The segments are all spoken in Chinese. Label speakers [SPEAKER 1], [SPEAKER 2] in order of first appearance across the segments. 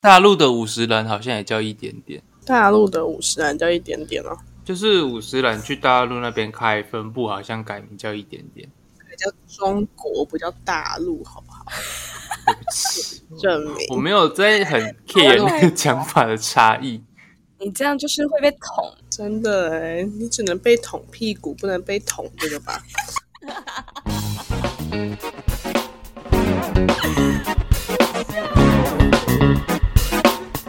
[SPEAKER 1] 大陆的五十岚好像也叫一点点，
[SPEAKER 2] 大陆的五十岚叫一点点哦，
[SPEAKER 1] 就是五十岚去大陆那边开分部，好像改名叫一点点。
[SPEAKER 2] 还叫中国，不叫大陆，好不好？
[SPEAKER 1] 对不起，
[SPEAKER 2] 证明
[SPEAKER 1] 我没有在很 care 那个讲法的差异。
[SPEAKER 3] 你这样就是会被捅。
[SPEAKER 2] 真的哎，你只能被捅屁股，不能被捅这个吧？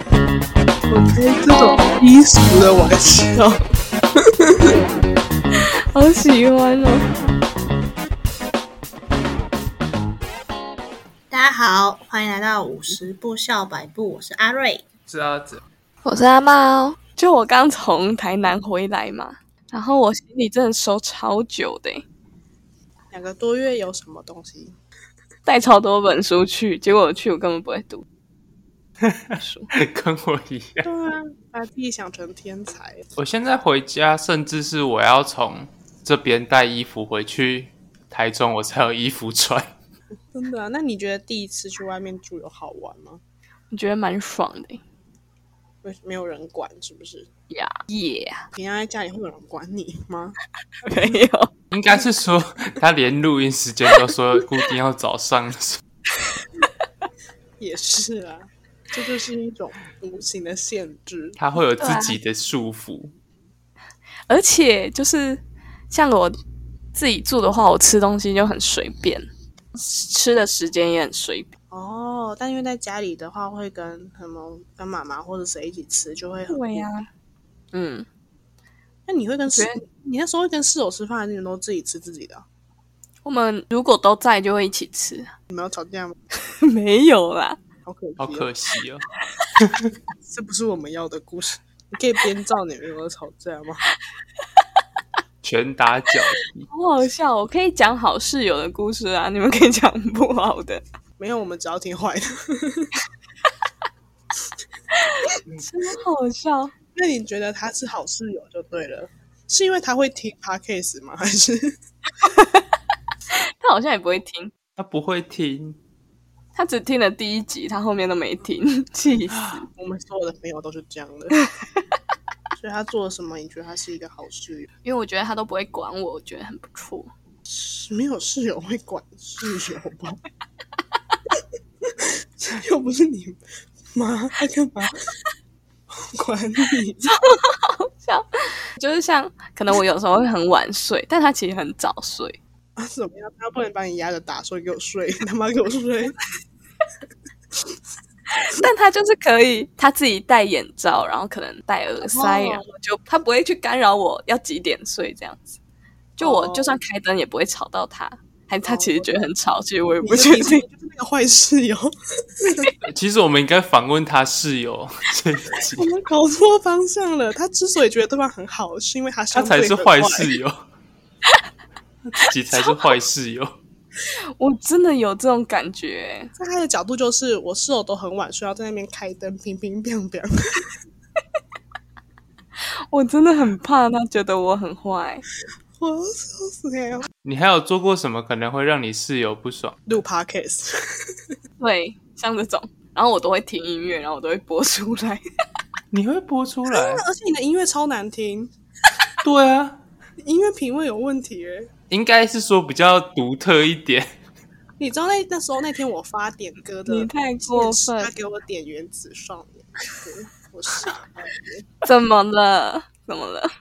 [SPEAKER 2] 我开这种低俗的玩笑，
[SPEAKER 3] 好喜欢哦！
[SPEAKER 4] 大家好，欢迎来到五十步笑百步，我是阿瑞。
[SPEAKER 1] 是啊，这
[SPEAKER 3] 我是阿哦茂，就我刚从台南回来嘛，然后我行李真的收超久的欸，
[SPEAKER 2] 两个多月有什么东西？
[SPEAKER 3] 带超多本书去，结果我去我根本不会读书，
[SPEAKER 1] 跟我一样。
[SPEAKER 2] 对啊，把自己想成天才，
[SPEAKER 1] 我现在回家，甚至是我要从这边带衣服回去台中，我才有衣服穿。
[SPEAKER 2] 真的啊？那你觉得第一次去外面住有好玩吗？
[SPEAKER 3] 我觉得蛮爽的欸。
[SPEAKER 2] 没没有人管是不是？
[SPEAKER 3] 呀耶，
[SPEAKER 2] 平常在家里会有人管你吗？
[SPEAKER 3] 没有，
[SPEAKER 1] 应该是说他连录音时间都说固定要早上，
[SPEAKER 2] 也是啊，这就是一种无形的限制。
[SPEAKER 1] 他会有自己的束缚。
[SPEAKER 3] 而且就是像我自己住的话，我吃东西就很随便，吃的时间也很随便。
[SPEAKER 2] 哦，但因为在家里的话，会跟什么跟妈妈或者谁一起吃，就会很。
[SPEAKER 3] 呀、嗯，
[SPEAKER 2] 那你会跟室
[SPEAKER 3] 觉得，
[SPEAKER 2] 你那时候会跟室友吃饭，还是你们都自己吃自己的啊？
[SPEAKER 3] 我们如果都在，就会一起吃。
[SPEAKER 2] 你们有吵架吗？
[SPEAKER 3] 没有啦，
[SPEAKER 2] 好可惜哦、
[SPEAKER 1] 好可惜哦，
[SPEAKER 2] 这不是我们要的故事。 你可以编造你们有吵架吗？
[SPEAKER 1] 拳打脚踢。
[SPEAKER 3] 好好笑哦。我可以讲好室友的故事啊，你们可以讲不好的，
[SPEAKER 2] 没有，我们只要听坏的。
[SPEAKER 3] 真好笑。
[SPEAKER 2] 那你觉得他是好室友就对了，是因为他会听 podcast 吗？还是
[SPEAKER 3] 他好像也不会听，
[SPEAKER 1] 他不会听，
[SPEAKER 3] 他只听了第一集，他后面都没听，气死。
[SPEAKER 2] 我们所有的朋友都是这样的？所以他做了什么？你觉得他是一个好室友？
[SPEAKER 3] 因为我觉得他都不会管我，我觉得很不错。
[SPEAKER 2] 没有室友会管室友吧？又不是你妈，他干嘛管你？
[SPEAKER 3] 像就是像，可能我有时候会很晚睡，但他其实很早睡。
[SPEAKER 2] 他怎么样？他不能把你压着打，说给我睡，他妈给 我睡！
[SPEAKER 3] 但他就是可以他自己戴眼罩，然后可能戴耳塞，
[SPEAKER 2] 哦
[SPEAKER 3] 然后就他不会去干扰我要几点睡这样子。就我
[SPEAKER 2] 哦
[SPEAKER 3] 就算开灯也不会吵到他，还他
[SPEAKER 2] 哦
[SPEAKER 3] 其实觉得很吵，其实我也
[SPEAKER 2] 你
[SPEAKER 3] 不
[SPEAKER 2] 就
[SPEAKER 3] 确
[SPEAKER 2] 你
[SPEAKER 3] 定。
[SPEAKER 2] 就是那个坏室友，
[SPEAKER 1] 其实我们应该访问他室友这一集
[SPEAKER 2] 我，们搞错方向了。他之所以觉得对方很好，是因为他
[SPEAKER 1] 他
[SPEAKER 2] 相对
[SPEAKER 1] 才是
[SPEAKER 2] 很
[SPEAKER 1] 坏室友，他自己才是坏室友。
[SPEAKER 3] 我真的有这种感觉，
[SPEAKER 2] 在他的角度就是，我室友都很晚睡，要在那边开灯，乒乒乓乓。
[SPEAKER 3] 我真的很怕他觉得我很坏。
[SPEAKER 2] 我要笑死了！
[SPEAKER 1] 你还有做过什么可能会让你室友不爽？
[SPEAKER 2] 录 podcast，
[SPEAKER 3] 对，像这种，然后我都会听音乐，然后我都会播出来。
[SPEAKER 1] 你会播出来？
[SPEAKER 2] 啊而且你的音乐超难听，
[SPEAKER 1] 对啊，
[SPEAKER 2] 音乐品味有问题耶、
[SPEAKER 1] 应该是说比较独特一点。
[SPEAKER 2] 你知道那那时候那天我发点歌的，
[SPEAKER 3] 你太过分
[SPEAKER 2] 他给我点《原子少年》对，我是
[SPEAKER 3] 怎么了？怎么了？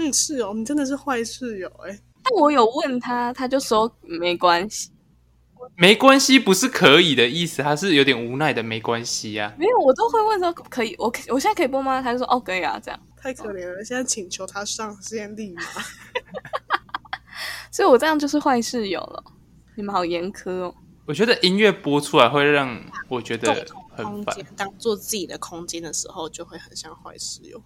[SPEAKER 2] 嗯室友，你真的是坏室友哎、
[SPEAKER 3] 但我有问他，他就说没关系。
[SPEAKER 1] 没关系，不是可以的意思，他是有点无奈的。没关系啊呀、
[SPEAKER 3] 没有，我都会问说可不可以，我可我现在可以播吗？他就说哦可以啊，这样。
[SPEAKER 2] 太可怜了！现在请求他上线立马，
[SPEAKER 3] 所以我这样就是坏室友了。你们好严苛哦。
[SPEAKER 1] 我觉得音乐播出来会让我觉得很
[SPEAKER 2] 空
[SPEAKER 1] 烦
[SPEAKER 2] 间。当做自己的空间的时候，就会很像坏室友。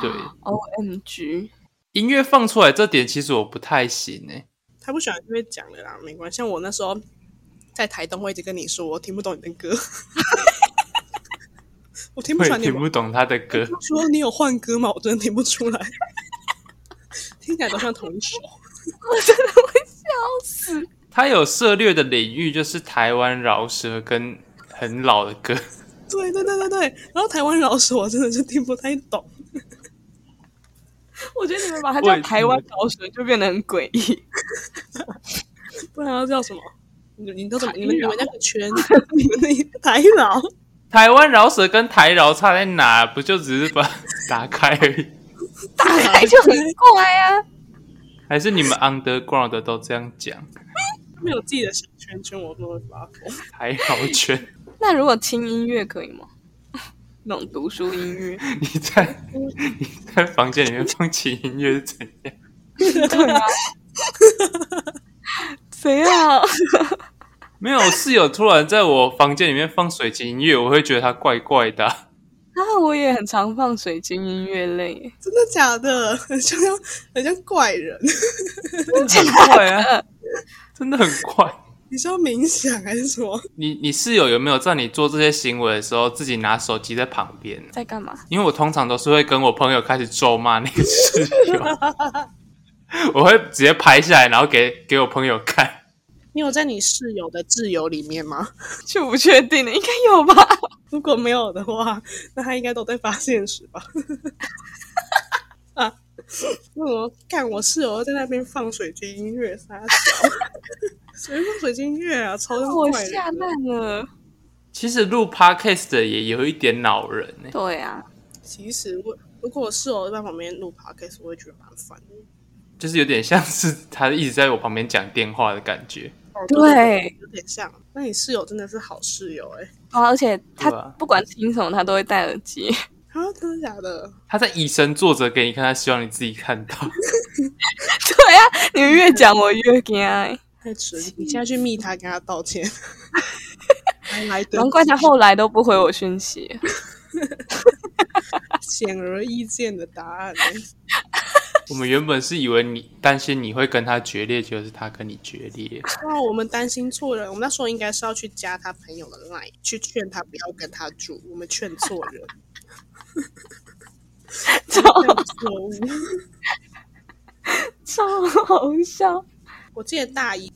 [SPEAKER 1] 对，
[SPEAKER 3] O M G，
[SPEAKER 1] 音乐放出来这点其实我不太行欸诶、
[SPEAKER 2] 他不喜欢就会讲了啦，没关系。像我那时候在台东，我一直跟你说我听不懂你的歌， 我听不
[SPEAKER 1] 我
[SPEAKER 2] 出
[SPEAKER 1] 也
[SPEAKER 2] 来你
[SPEAKER 1] 听
[SPEAKER 2] 有没
[SPEAKER 1] 不
[SPEAKER 2] 有
[SPEAKER 1] 懂他的歌。
[SPEAKER 2] 他说你有换歌吗？我真的听不出来，听起来都像同一首。
[SPEAKER 3] 我真的会笑死。
[SPEAKER 1] 他有涉猎的领域就是台湾饶舌跟很老的歌，
[SPEAKER 2] 对对对对对，然后台湾老鼠我真的是听不太懂，
[SPEAKER 3] 我觉得你们把它叫
[SPEAKER 1] 为
[SPEAKER 3] 台湾老鼠就变得很诡异。
[SPEAKER 2] 不然要叫什么？你你都怎么？
[SPEAKER 3] 台
[SPEAKER 2] 你们你们
[SPEAKER 3] 老
[SPEAKER 2] 那个圈，你们那台老，
[SPEAKER 1] 台湾饶舌跟台饶差在哪？不就只是把 打开而已？
[SPEAKER 3] 打 开就很怪啊！
[SPEAKER 1] 还是你们 underground 的都这样讲？
[SPEAKER 2] 没有自己的小圈圈，我都会发疯。
[SPEAKER 1] 台饶圈，
[SPEAKER 3] 那如果听音乐可以吗？ 那种读书音 乐，
[SPEAKER 1] 你在你在房间里面放起音乐是怎样？
[SPEAKER 3] 对啊，怎 样？
[SPEAKER 1] 没有我室友突然在我房间里面放水晶音乐，我会觉得他怪怪的啊、
[SPEAKER 3] 啊，我也很常放水晶音乐类耶，
[SPEAKER 2] 真的假的？很像要很像怪人。
[SPEAKER 1] 很怪啊，真的很怪。
[SPEAKER 2] 你是要冥想还是什么？
[SPEAKER 1] 你你室友有没有在你做这些行为的时候，自己拿手机在旁边？
[SPEAKER 3] 在干嘛？
[SPEAKER 1] 因为我通常都是会跟我朋友开始咒骂那个室 友，我会直接拍下来，然后给给我朋友看。
[SPEAKER 2] 你有在你室友的挚友里面吗？
[SPEAKER 3] 就不确定了，应该有吧？
[SPEAKER 2] 如果没有的话，那他应该都在发现实吧？ 啊，那我干我室友在那边放水晶音乐，傻笑， 谁放水晶音乐啊？超像
[SPEAKER 3] 我
[SPEAKER 2] 怪
[SPEAKER 3] 吓
[SPEAKER 2] 人的！
[SPEAKER 3] 烂了。
[SPEAKER 1] 其实录 podcast 的也有一点恼人欸呢、
[SPEAKER 3] 对啊，
[SPEAKER 2] 其实我如果我室友在旁边录 podcast，我会觉得蛮烦的。
[SPEAKER 1] 就是有点像是他一直在我旁边讲电话的感觉。
[SPEAKER 2] 哦
[SPEAKER 3] 对
[SPEAKER 2] 有点像。那你室友真的是好室友哎、
[SPEAKER 3] 啊，而且他
[SPEAKER 1] 对啊
[SPEAKER 3] 不管听什么，他都会戴耳机。
[SPEAKER 2] 啊，真的假的？
[SPEAKER 1] 他在以身作则给你看，他希望你自己看 到。
[SPEAKER 3] 对啊，你们越讲我越惊欸，
[SPEAKER 2] 太迟了！你现在去密他，跟他道 歉。 来来，对不
[SPEAKER 3] 难怪
[SPEAKER 2] 起
[SPEAKER 3] 他后来都不回我讯息。
[SPEAKER 2] 显而易见的答案。
[SPEAKER 1] 我们原本是以为你担心你会跟他决裂，结果是他跟你决裂。
[SPEAKER 2] 哇，我们担心错人，我们那时候应该是要去加他朋友的 line，去劝他不要跟他住。我们劝错人，
[SPEAKER 3] 超
[SPEAKER 2] 错误。
[SPEAKER 3] 超好笑！
[SPEAKER 2] 我记得大一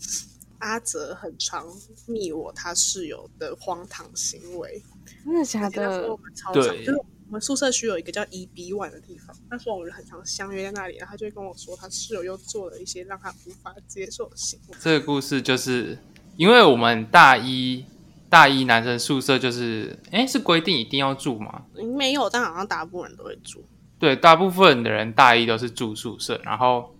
[SPEAKER 2] 阿泽很常密我他室友的荒唐行为，
[SPEAKER 3] 真的假
[SPEAKER 2] 而且那时候
[SPEAKER 3] 的
[SPEAKER 2] 我？们超常，
[SPEAKER 1] 对
[SPEAKER 2] 就是我们宿舍区有一个叫 EB one 的地方，那时候我们很常相约在那里，然后他就会跟我说，他室友又做了一些让他无法接受的行为。
[SPEAKER 1] 这个故事就是因为我们大一大一男生宿舍就是，哎，是规定一定要住吗？
[SPEAKER 2] 没有，但好像大部分人都会住。
[SPEAKER 1] 对，大部分的人大一都是住宿舍，然后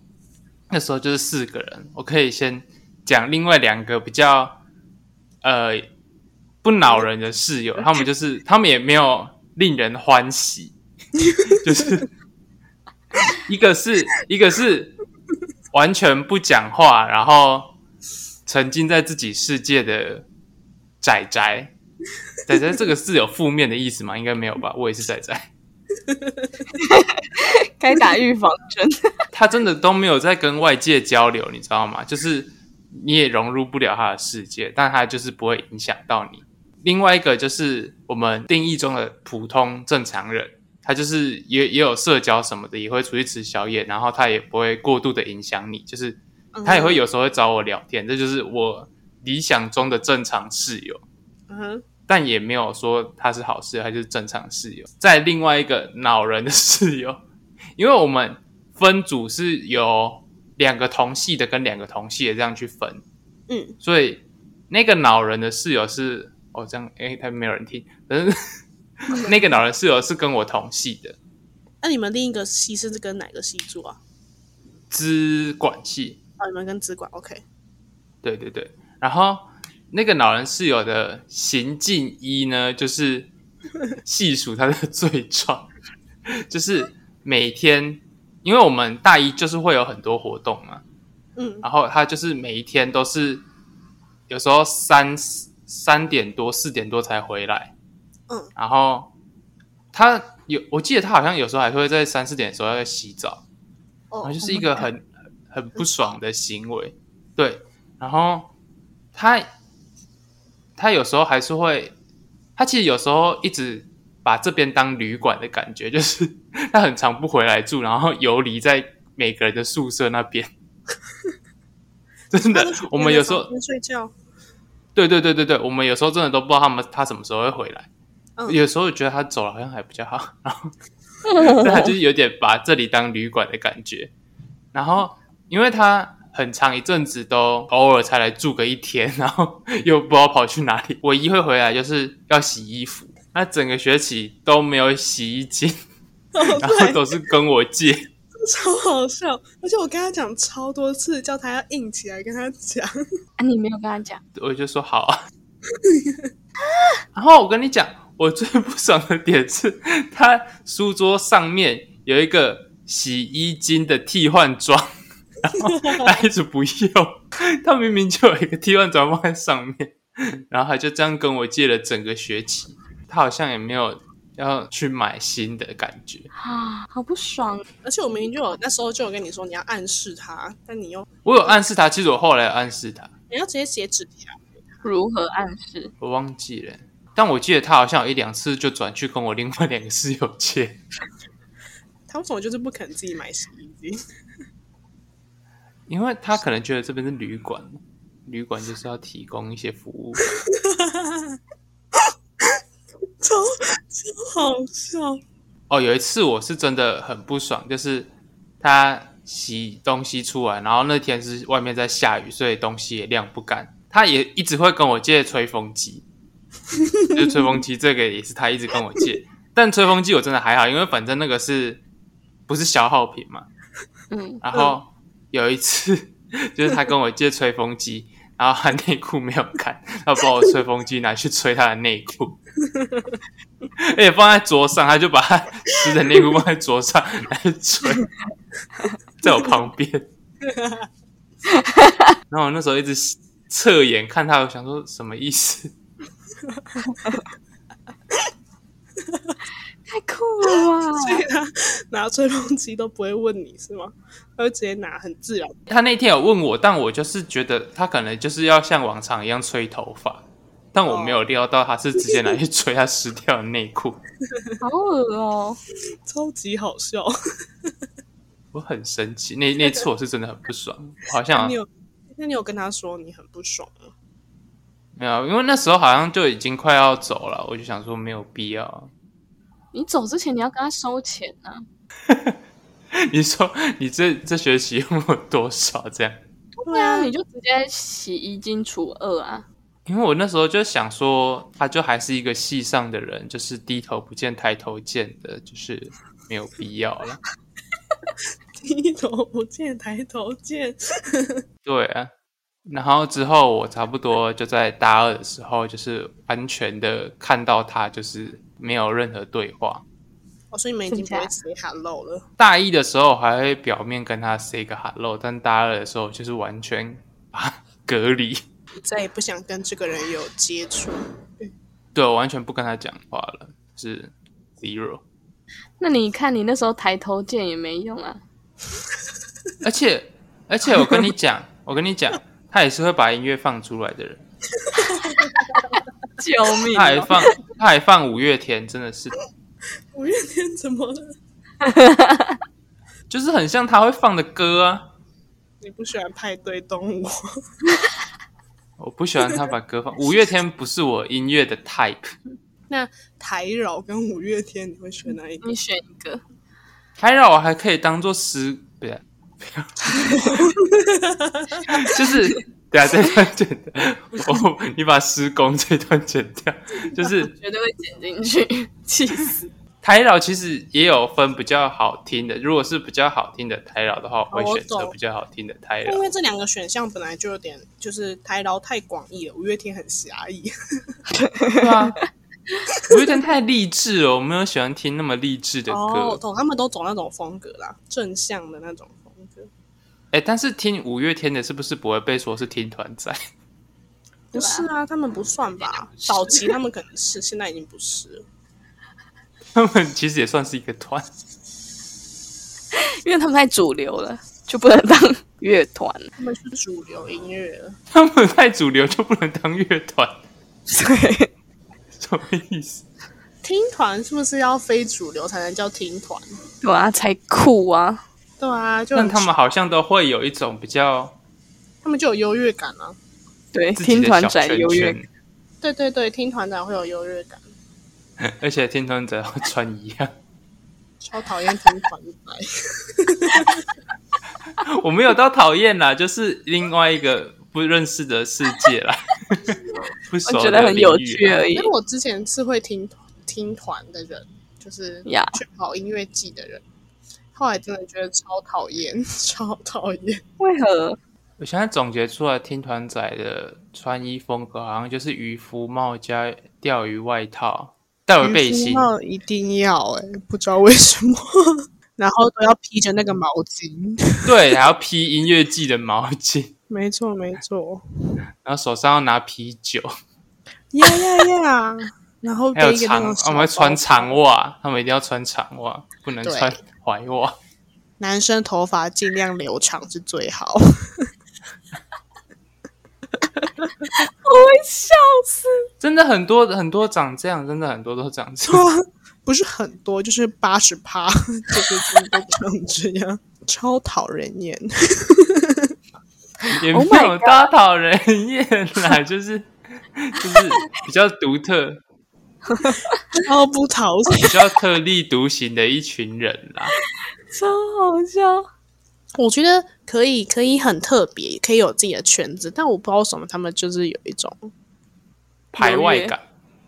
[SPEAKER 1] 那时候就是四个人。我可以先讲另外两个比较呃不恼人的室友，他们就是他们也没有令人欢喜， 就是一个是一个是完全不讲话，然后沉浸在自己世界的仔仔。仔仔这个是有负面的意思吗？应该没有吧，我也是仔仔。
[SPEAKER 3] 该打预防针。
[SPEAKER 1] 他真的都没有在跟外界交流，你知道吗？就是你也融入不了他的世界，但他就是不会影响到你。另外一个就是我们定义中的普通正常人，他就是也也有社交什么的，也会出去吃宵夜，然后他也不会过度的影响你，就是
[SPEAKER 2] 嗯
[SPEAKER 1] 他也会有时候会找我聊天，这就是我理想中的正常室友。
[SPEAKER 2] 嗯哼，
[SPEAKER 1] 但也没有说他是好室友，他就是正常室友。在另外一个恼人的室友， 因为我们分组是有两个同系的跟两个同系的这样去分，
[SPEAKER 2] 嗯，
[SPEAKER 1] 所以那个恼人的室友是哦这样，诶，他没有人听， 可是那个恼人室友是跟我同系的
[SPEAKER 2] 那你们另一个系是跟哪个系住啊？
[SPEAKER 1] 资管系，
[SPEAKER 2] 啊，你们跟资管 OK？
[SPEAKER 1] 对对对，然后那个恼人室友的行进一呢，就是细数他的罪状， 就是每天，因为我们大一就是会有很多活动嘛，
[SPEAKER 2] 嗯，
[SPEAKER 1] 然后他就是每一天都是有时候三三点多四点多才回来，
[SPEAKER 2] 嗯，
[SPEAKER 1] 然后他有我记得他好像有时候还会在三四点的时候要洗澡，然
[SPEAKER 2] 哦嗯
[SPEAKER 1] 后，就是一个很很不爽的行为，对。然后他他有时候还是会，他其实有时候一直把这边当旅馆的感觉，就是 他很常不回来住，然后游离在每个人的宿舍那边。 真的，我们有时候
[SPEAKER 2] 睡 觉，哦
[SPEAKER 1] 对对对对对，我们有时候真的都不知道他们他什么时候会回来。
[SPEAKER 2] 嗯
[SPEAKER 1] 有时候觉得他走了好像还比较好，然后 但他就是有点把这里当旅馆的感觉。然后因为他很长一阵子都偶尔才来住个一天，然后 又不知道跑去哪里。我一会回来就是要洗衣服，他整个学期都没有洗衣机，
[SPEAKER 2] 哦
[SPEAKER 1] 然后都是跟我借。
[SPEAKER 2] 超好笑，而且我跟他讲超多次，叫他要硬起来跟他讲，
[SPEAKER 3] 啊，你没有跟他讲，
[SPEAKER 1] 我就说好 啊。然后我跟你讲，我最不爽的点是，他书桌上面有一个洗衣精的替换装，然后他一直不用，他明明就有一个替换装放在上面，然后他就这样跟我借了整个学期，他好像也没有要去买新的感觉。
[SPEAKER 3] 啊，好不爽。
[SPEAKER 2] 而且我明明就有那时候就有跟你说你要暗示他，但你又
[SPEAKER 1] 我有暗示他，其实我后来有暗示他，
[SPEAKER 2] 你要直接写纸条，
[SPEAKER 3] 如何暗示？
[SPEAKER 1] 我忘记了，但我记得他好像有一两次就转去跟我另外两个室友借。
[SPEAKER 2] 他为什么就是不肯自己买洗衣机？
[SPEAKER 1] 因为他可能觉得这边是旅馆，旅馆就是要提供一些服务。
[SPEAKER 2] 超超好笑，
[SPEAKER 1] 哦，有一次我是真的很不爽，就是他洗东西出来，然后那天是外面在下雨，所以东西也晾不干。他也一直会跟我借吹风机， 就是吹风机这个也是他一直跟我借，但吹风机我真的还好，因为反正那个是不是消耗品嘛，
[SPEAKER 3] 嗯，
[SPEAKER 1] 然后有一次， 就是他跟我借吹风机，然后他内裤没有干，他把我吹风机拿去吹他的内裤，而且放在桌上，他就把他湿的内裤放在桌上来吹，在我旁边。然后我那时候一直侧眼看他，我想说什么意思？
[SPEAKER 3] 太酷了 吧！
[SPEAKER 2] 所以他拿吹风机都不会问你是吗？他会直接拿很自然，
[SPEAKER 1] 他那天有问我，但我就是觉得他可能就是要像往常一样吹头发，但我没有料到他是直接拿去吹他湿掉的内裤。
[SPEAKER 3] 好恶哦、
[SPEAKER 2] 超级好笑。
[SPEAKER 1] 我很生气，那那次我是真的很不爽，我好像
[SPEAKER 2] 你有那你有跟他说你很不爽吗？
[SPEAKER 1] 没有，因为那时候好像就已经快要走了，我就想说没有必要。
[SPEAKER 3] 你走之前你要跟他收钱啊！
[SPEAKER 1] 你说你这这学期用了多少这样？
[SPEAKER 3] 对啊，你就直接洗衣精除恶啊！
[SPEAKER 1] 因为我那时候就想说，他就还是一个系上的人，就是低头不见抬头见的，就是没有必要了。
[SPEAKER 2] 低头不见抬头见，
[SPEAKER 1] 对啊，然后之后我差不多就在大二的时候，就是完全的看到他，就是没有任何对话。
[SPEAKER 2] 哦，所以你们已经不
[SPEAKER 3] 真
[SPEAKER 2] 会
[SPEAKER 3] 假
[SPEAKER 2] say hello 了。
[SPEAKER 1] 大一的时候还会表面跟他 say 个 hello，但大二的时候就是完全把他隔离，
[SPEAKER 2] 再也不想跟这个人有接触。
[SPEAKER 1] 对我完全不跟他讲话了，是 zero。
[SPEAKER 3] 那你看你那时候抬头见也没用啊！
[SPEAKER 1] 而且而且我跟你讲， 我跟你讲，他也是会把音乐放出来的人，
[SPEAKER 3] 救命
[SPEAKER 1] 他还
[SPEAKER 3] 哦、
[SPEAKER 1] 放他还放五月天，真的是
[SPEAKER 2] 五月天怎么了？
[SPEAKER 1] 就是很像他会放的歌啊。
[SPEAKER 2] 你不喜欢派对动物？
[SPEAKER 1] 我不喜欢他把歌放，五月天不是我音乐的 type。
[SPEAKER 2] 那台饶跟五月天，你会选哪一个？
[SPEAKER 3] 你选一个，
[SPEAKER 1] 还让我还可以当做诗，不对，不要， 就是对啊，这段剪掉，我你把施工这段剪掉，就是
[SPEAKER 3] 绝对会剪进去，气死！
[SPEAKER 1] 台老其实也有分比较好听的，如果是比较好听的台老的话，我
[SPEAKER 2] 哦我
[SPEAKER 1] 会选择
[SPEAKER 2] 懂
[SPEAKER 1] 比较好听的台
[SPEAKER 2] 因
[SPEAKER 1] 老。
[SPEAKER 2] 为这两个选项本来就有点，就是台饶太广义了，五月天很狭义。
[SPEAKER 1] 对啊，我有点太励志了，我没有喜欢听那么励志的
[SPEAKER 2] 哦，我
[SPEAKER 1] 歌。
[SPEAKER 2] 懂，他们都走那种风格啦，正向的那种风格。
[SPEAKER 1] 哎，但是听五月天的，是不是不会被说是听团仔？
[SPEAKER 2] 不是啊，他们不算吧？早期他们可能是，现在已经不是了。
[SPEAKER 1] 他们其实也算是一个团。
[SPEAKER 3] 因为他们太主流了，就不能 当乐团。
[SPEAKER 2] 他们是主流音乐了。
[SPEAKER 1] 他们太主流就不能当乐团，
[SPEAKER 3] 对，
[SPEAKER 1] 什么意思？
[SPEAKER 2] 听团是不是要非主流才能叫听团？
[SPEAKER 3] 对啊，才酷啊！
[SPEAKER 2] 对啊，就
[SPEAKER 1] 但
[SPEAKER 2] 很
[SPEAKER 1] 他们好像都会有一种比较
[SPEAKER 2] 他们就有优越感啊。
[SPEAKER 3] 对，
[SPEAKER 1] 自己
[SPEAKER 3] 听
[SPEAKER 1] 的
[SPEAKER 3] 团
[SPEAKER 1] 小
[SPEAKER 3] 仔
[SPEAKER 1] 圈
[SPEAKER 3] 优越
[SPEAKER 1] 圈。
[SPEAKER 2] 对对对，听团长会有优越感。
[SPEAKER 1] 而且天团者要穿啊一样。
[SPEAKER 2] 超讨厌听团白，
[SPEAKER 1] 我没有到讨厌啦，就是另外一个不认识的世界啦， 不熟
[SPEAKER 3] 我
[SPEAKER 1] 的
[SPEAKER 3] 觉得很有
[SPEAKER 1] 领域啊
[SPEAKER 3] 趣
[SPEAKER 1] 啦
[SPEAKER 3] 而已
[SPEAKER 2] 因为。我之前是会听听团的人，就是
[SPEAKER 3] 呀
[SPEAKER 2] 去跑音乐季的人，后来真的觉得超讨厌， 超讨厌。
[SPEAKER 3] 为何？
[SPEAKER 1] 我现在总结出来，听团仔的穿衣风格好像就是渔夫帽加钓鱼外套、钓鱼背心。
[SPEAKER 2] 帽一定要哎、不知道为什么， 然后都要披着那个毛巾。
[SPEAKER 1] 对，还要披音乐季的毛巾，
[SPEAKER 2] 没错，没 错，
[SPEAKER 1] 然后手上要拿啤酒，
[SPEAKER 2] 呀呀呀！然后
[SPEAKER 1] 还有
[SPEAKER 2] 背一个那
[SPEAKER 1] 长，
[SPEAKER 2] 种
[SPEAKER 1] 他们会
[SPEAKER 2] 小包
[SPEAKER 1] 穿长袜，他们一定要穿长袜，不能
[SPEAKER 2] 对
[SPEAKER 1] 穿踝袜。
[SPEAKER 2] 男生头发尽量留长是最好。
[SPEAKER 3] 我会笑死。
[SPEAKER 1] 真的很多很多长这样，真的很多都长这 样。
[SPEAKER 2] 不是很多，就是八十趴， 就是真的都长这样，超讨人厌。
[SPEAKER 1] 也
[SPEAKER 3] Oh
[SPEAKER 1] 没
[SPEAKER 3] my
[SPEAKER 1] 有
[SPEAKER 3] God
[SPEAKER 1] 大讨人厌啦，就是就是比较独特、
[SPEAKER 2] 超不讨喜。
[SPEAKER 1] 比较特立独行的一群人啦。
[SPEAKER 3] 超好笑。
[SPEAKER 2] 我觉得可以，可以很特别，可以有自己的圈子，但我不知道为什么他们就是有一种，
[SPEAKER 1] 排外感，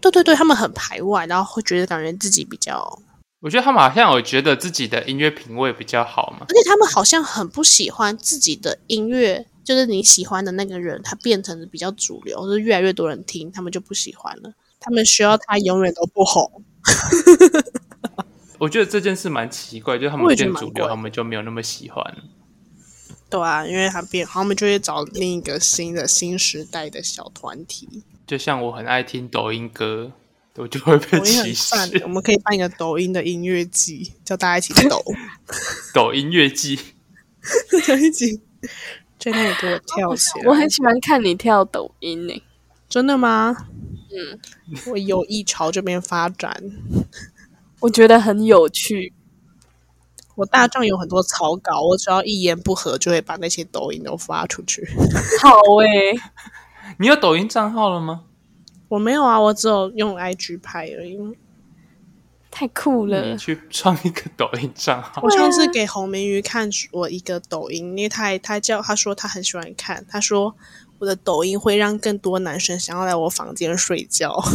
[SPEAKER 2] 对对对，他们很排外，然后会觉得感觉自己比较，
[SPEAKER 1] 我觉得他们好像有觉得自己的音乐品味比较好嘛。
[SPEAKER 2] 而且他们好像很不喜欢自己的音乐，就是你喜欢的那个人，他变成比较主流，就是越来越多人听，他们就不喜欢了。他们需要他永远都不红，
[SPEAKER 1] 我觉得这件事蛮奇怪，就是他
[SPEAKER 2] 我
[SPEAKER 1] 们
[SPEAKER 2] 也觉得
[SPEAKER 1] 变
[SPEAKER 2] 蛮
[SPEAKER 1] 主流，
[SPEAKER 2] 怪
[SPEAKER 1] 他们就没有那么喜欢。
[SPEAKER 2] 对啊，因为他变，他们就会找另一个新的新时代的小团体。
[SPEAKER 1] 就像我很爱听抖音歌，我就会被
[SPEAKER 2] 抖音
[SPEAKER 1] 歧
[SPEAKER 2] 很哦赞，我
[SPEAKER 1] 视。
[SPEAKER 2] 们可以办一个抖音的音乐季，叫大家一起抖。
[SPEAKER 1] 抖音乐季，
[SPEAKER 2] 就一起在那里给我跳起来。
[SPEAKER 3] 我很喜欢看你跳抖音欸呢、
[SPEAKER 2] 真的吗？嗯，我有意朝这边发展。
[SPEAKER 3] 我觉得很有趣。
[SPEAKER 2] 我大账有很多草稿，我只要一言不合就会把那些抖音都发出去。
[SPEAKER 3] 好欸诶、
[SPEAKER 1] 你有抖音账号了吗？
[SPEAKER 2] 我没有啊，我只有用 IG 拍而已。
[SPEAKER 3] 太酷
[SPEAKER 1] 你
[SPEAKER 3] 了。
[SPEAKER 1] 去创一个抖音账号
[SPEAKER 2] 我，上次
[SPEAKER 3] 啊
[SPEAKER 2] 给红明鱼看我一个抖音，因为他还他叫他说他很喜欢看，他说我的抖音会让更多男生想要来我房间睡觉。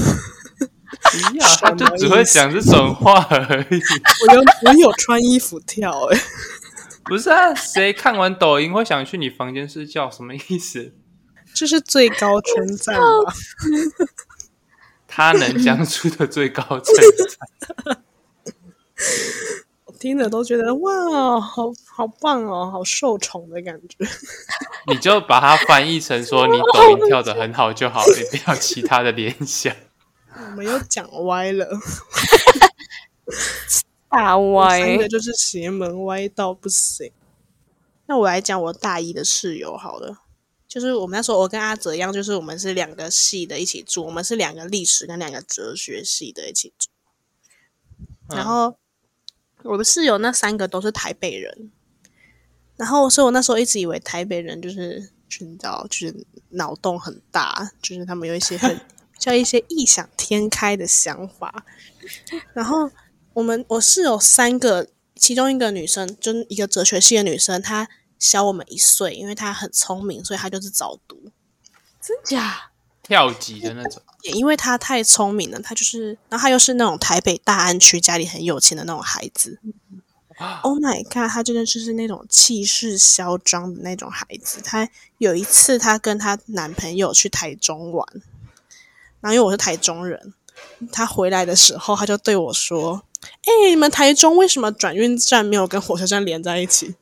[SPEAKER 1] 不要，他就只会讲这种话而已。
[SPEAKER 2] 我有我有穿衣服跳、欸，
[SPEAKER 1] 不是啊，谁看完抖音会想去你房间睡觉？什么意思？
[SPEAKER 2] 这是最高称赞吧？
[SPEAKER 1] 他能讲出的最高层，
[SPEAKER 2] 我听着都觉得哇，好好棒哦，好受宠的感觉。
[SPEAKER 1] 你就把它翻译成说你抖音跳的很好就好了，你不要其他的联想。
[SPEAKER 2] 我们又讲歪了，
[SPEAKER 3] 大歪、
[SPEAKER 2] 真的就是邪门歪到不行。那我来讲我大一的室友好了，就是我们那时候我跟阿哲一样，就是我们是两个系的一起住，我们是两个历史跟两个哲学系的一起住。然后我的室友那三个都是台北人，然后所以我那时候一直以为台北人就是就是你知道，就是脑洞很大，就是他们有一些很叫一些异想天开的想法。然后我们我室友三个，其中一个女生就是一个哲学系的女生，她小我们一岁，因为她很聪明，所以她就是早读。
[SPEAKER 3] 真假？
[SPEAKER 1] 跳级的那种，
[SPEAKER 2] 也因为他太聪明了，他就是，然后他又是那种台北大安区家里很有钱的那种孩子。Oh my god！他真的就是那种气势嚣张的那种孩子。他有一次，她跟她男朋友去台中玩，然后因为我是台中人，她回来的时候，她就对我说：“哎、你们台中为什么转运站没有跟火车站连在一起？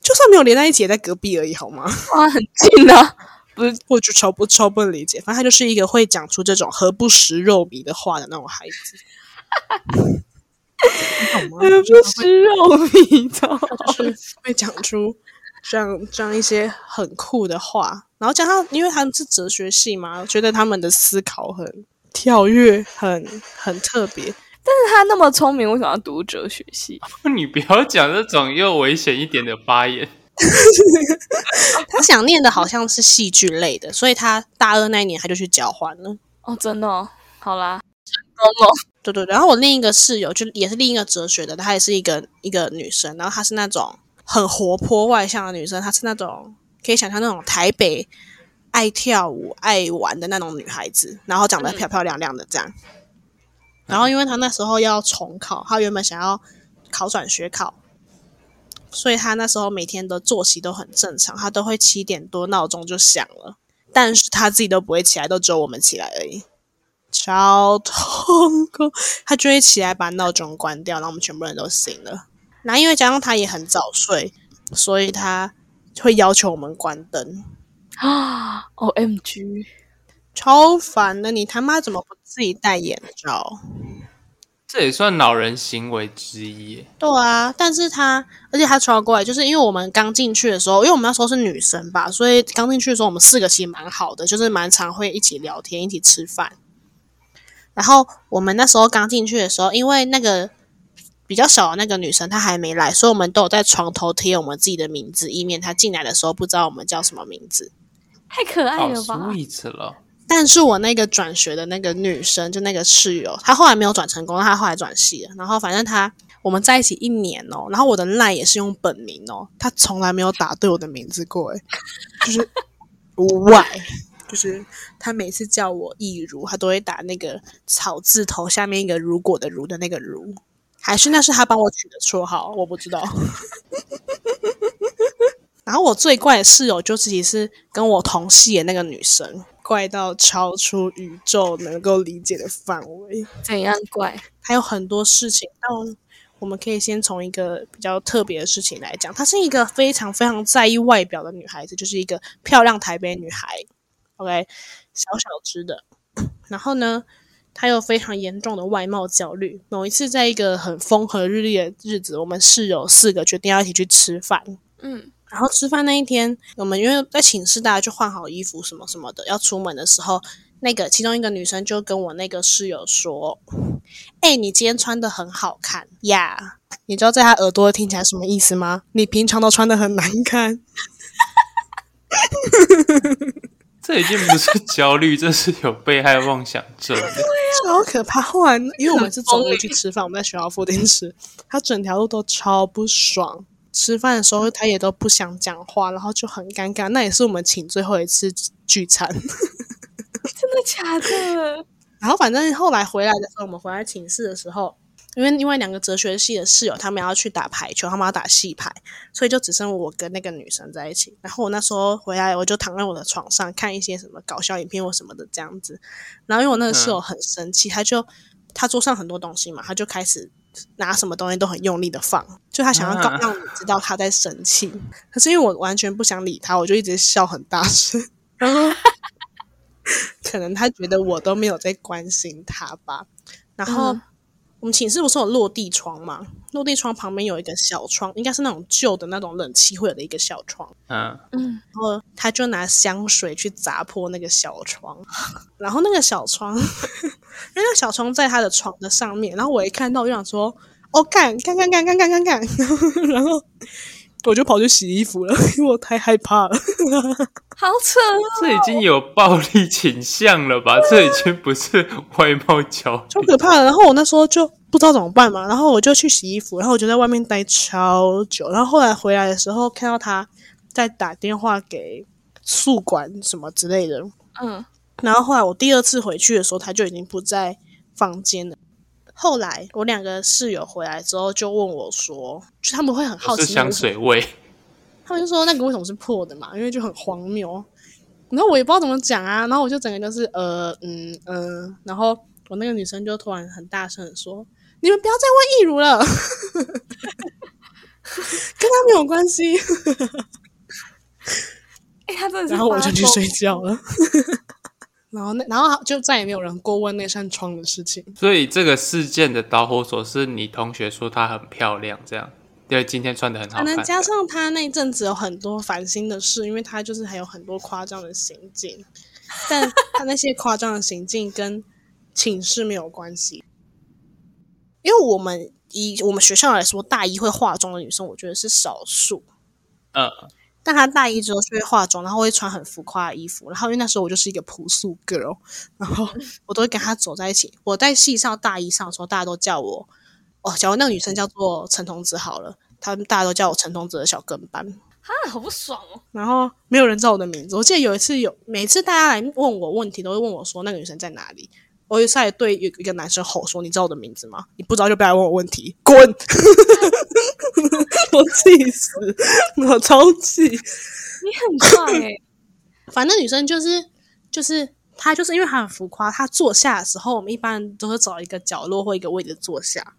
[SPEAKER 2] 就算没有连在一起，也在隔壁而已，好吗？”
[SPEAKER 3] 哇，很近啊！
[SPEAKER 2] 我就超不超不能理解，反正他就是一个会讲出这种“何不食肉糜”的话的那种孩子。你懂吗？
[SPEAKER 3] 不吃肉糜，超好
[SPEAKER 2] 就是会讲出这样这样一些很酷的话，然后加上因为他们是哲学系嘛，我觉得他们的思考很跳跃，很很特别。
[SPEAKER 3] 但是他那么聪明，为什么要读哲学系？
[SPEAKER 1] 你不要讲这种又危险一点的发言。
[SPEAKER 2] 他想念的好像是戏剧类的，所以他大二那一年他就去交换了。
[SPEAKER 3] 哦，真的、哦，好啦，成功了。
[SPEAKER 2] 对对，然后我另一个室友就也是另一个哲学的，她也是一个一个女生，然后她是那种很活泼外向的女生，她是那种可以想象那种台北爱跳舞、爱玩的那种女孩子，然后长得漂漂亮亮的这样。然后因为她那时候要重考，她原本想要考转学考，所以她那时候每天的作息都很正常，她都会七点多闹钟就响了，但是她自己都不会起来，都只有我们起来而已。超痛苦。他就会起来把闹钟关掉，然后我们全部人都醒了。然后因为加上他也很早睡，所以他会要求我们关灯，
[SPEAKER 3] 啊！O M G，
[SPEAKER 2] 超烦的。你他妈怎么不自己戴眼罩？
[SPEAKER 1] 这也算老人行为之一耶。
[SPEAKER 2] 对啊，但是他，而且他超怪，就是因为我们刚进去的时候，因为我们那时候是女生吧，所以刚进去的时候我们四个其实蛮好的，就是蛮常会一起聊天、一起吃饭。然后我们那时候刚进去的时候，因为那个比较小的那个女生她还没来，所以我们都有在床头贴我们自己的名字，以免她进来的时候不知道我们叫什么名字。
[SPEAKER 3] 太可爱
[SPEAKER 1] 好
[SPEAKER 3] 了哎吧！
[SPEAKER 1] sweet 了，
[SPEAKER 2] 但是我那个转学的那个女生，就那个室友，她后来没有转成功，她后来转系了。然后反正她我们在一起一年哦，然后我的赖也是用本名哦，她从来没有打对我的名字过，诶，就是 why，就是她每次叫我易如，她都会打那个草字头下面一个如果的如的那个如，还是那是她帮我取的绰号，我不知道。然后我最怪的室友就其实是跟我同系的那个女生，怪到超出宇宙能够理解的范围。
[SPEAKER 3] 怎样怪？
[SPEAKER 2] 还有很多事情，但我们可以先从一个比较特别的事情来讲。她是一个非常非常在意外表的女孩子，就是一个漂亮台北女孩。OK，小小只的，然后呢，她有非常严重的外貌焦虑。某一次，在一个很风和日丽的日子，我们室友四个决定要一起去吃饭。
[SPEAKER 3] 嗯，
[SPEAKER 2] 然后吃饭那一天，我们因为在寝室，大家就换好衣服什么什么的，要出门的时候，那个其中一个女生就跟我那个室友说：“哎、你今天穿的很好看呀！” yeah 你知道在她耳朵听起来什么意思吗？你平常都穿的很难看。
[SPEAKER 1] 这已经不是焦虑，这是有被害妄想症 了。
[SPEAKER 2] 超可怕！后来，因为我们是走路去吃饭，我们在学校附近吃，他整条路都超不爽。吃饭的时候，他也都不想讲话，然后就很尴尬。那也是我们请最后一次聚餐。
[SPEAKER 3] 真的假的？
[SPEAKER 2] 然后反正后来回来的时候，我们回来寝室的时候，因为因为两个哲学系的室友他们要去打排球，他们要打系排，所以就只剩我跟那个女生在一起。然后我那时候回来，我就躺在我的床上看一些什么搞笑影片或什么的这样子。然后因为我那个室友很生气，他就他桌上很多东西嘛，他就开始。拿什么东西都很用力的放，就他想要告
[SPEAKER 1] 啊
[SPEAKER 2] 让你知道他在生气。可是因为我完全不想理他，我就一直笑很大声。然后可能他觉得我都没有在关心他吧。然后、
[SPEAKER 3] 嗯
[SPEAKER 2] 我们寝室不是有落地窗吗？落地窗旁边有一个小窗，应该是那种旧的那种冷气会有的一个小窗。
[SPEAKER 1] 嗯，
[SPEAKER 3] 嗯，
[SPEAKER 2] 然后他就拿香水去砸破那个小窗， 然后那个小窗， 因为那个小窗在他的床的上面，然后我一看到我就想说，哦干干干干干干干 干，然后我就跑去洗衣服了，因为我太害怕了。
[SPEAKER 3] 好扯哦！
[SPEAKER 1] 这已经有暴力倾向了
[SPEAKER 2] 啊
[SPEAKER 1] 吧？这已经不是外貌焦
[SPEAKER 2] 超
[SPEAKER 1] 虑。
[SPEAKER 2] 可怕的。然后我那时候就不知道怎么办嘛，然后我就去洗衣服，然后我就在外面待超久。然后后来回来的时候，看到他在打电话给宿管什么之类的。
[SPEAKER 3] 嗯，
[SPEAKER 2] 然后后来我第二次回去的时候，他就已经不在房间了。后来我两个室友回来之后，就问我说，就他们会很好
[SPEAKER 1] 我是
[SPEAKER 2] 奇那个
[SPEAKER 1] 香水味，
[SPEAKER 2] 他们就说那个为什么是破的嘛，因为就很荒谬。然后我也不知道怎么讲啊，然后我就整个就是呃嗯嗯、呃，然后我那个女生就突然很大声的说：“你们不要再问易如了， 跟他没有关系。
[SPEAKER 3] 哎、他真”的是，
[SPEAKER 2] 然后我就去睡。觉了。 然后那然后就再也没有人过问那扇窗的事情。
[SPEAKER 1] 所以这个事件的导火索是你同学说她很漂亮，这样，对，今天穿的很好
[SPEAKER 2] 可能
[SPEAKER 1] 看。
[SPEAKER 2] 加上他那一阵子有很多烦心的事，因为他就是还有很多夸张的行径，但他那些夸张的行径跟寝室没有关系。因为我们以我们学校来说，大一会化妆的女生，我觉得是少数。
[SPEAKER 1] 嗯，
[SPEAKER 2] 但她大一之后就会化妆，然后会穿很浮夸的衣服。然后因为那时候我就是一个朴素 girl，然后我都会跟她走在一起。我在系上大一上的时候，大家都叫我哦，假如那个女生叫做陈童子好了，他们大家都叫我陈童子的小跟班。
[SPEAKER 3] 哈，好不爽哦！
[SPEAKER 2] 然后没有人知道我的名字。我记得有一次有，每次大家来问我问题，都会问我说那个女生在哪里。我有一次还对一个男生吼说：“你知道我的名字吗？你不知道就不要来问我问题，滚！” 我气死，我超气。
[SPEAKER 3] 你很棒哎、
[SPEAKER 2] 反正那女生就是就是她就是因为她很浮夸，她坐下的时候，我们一般都是找一个角落或一个位置坐下。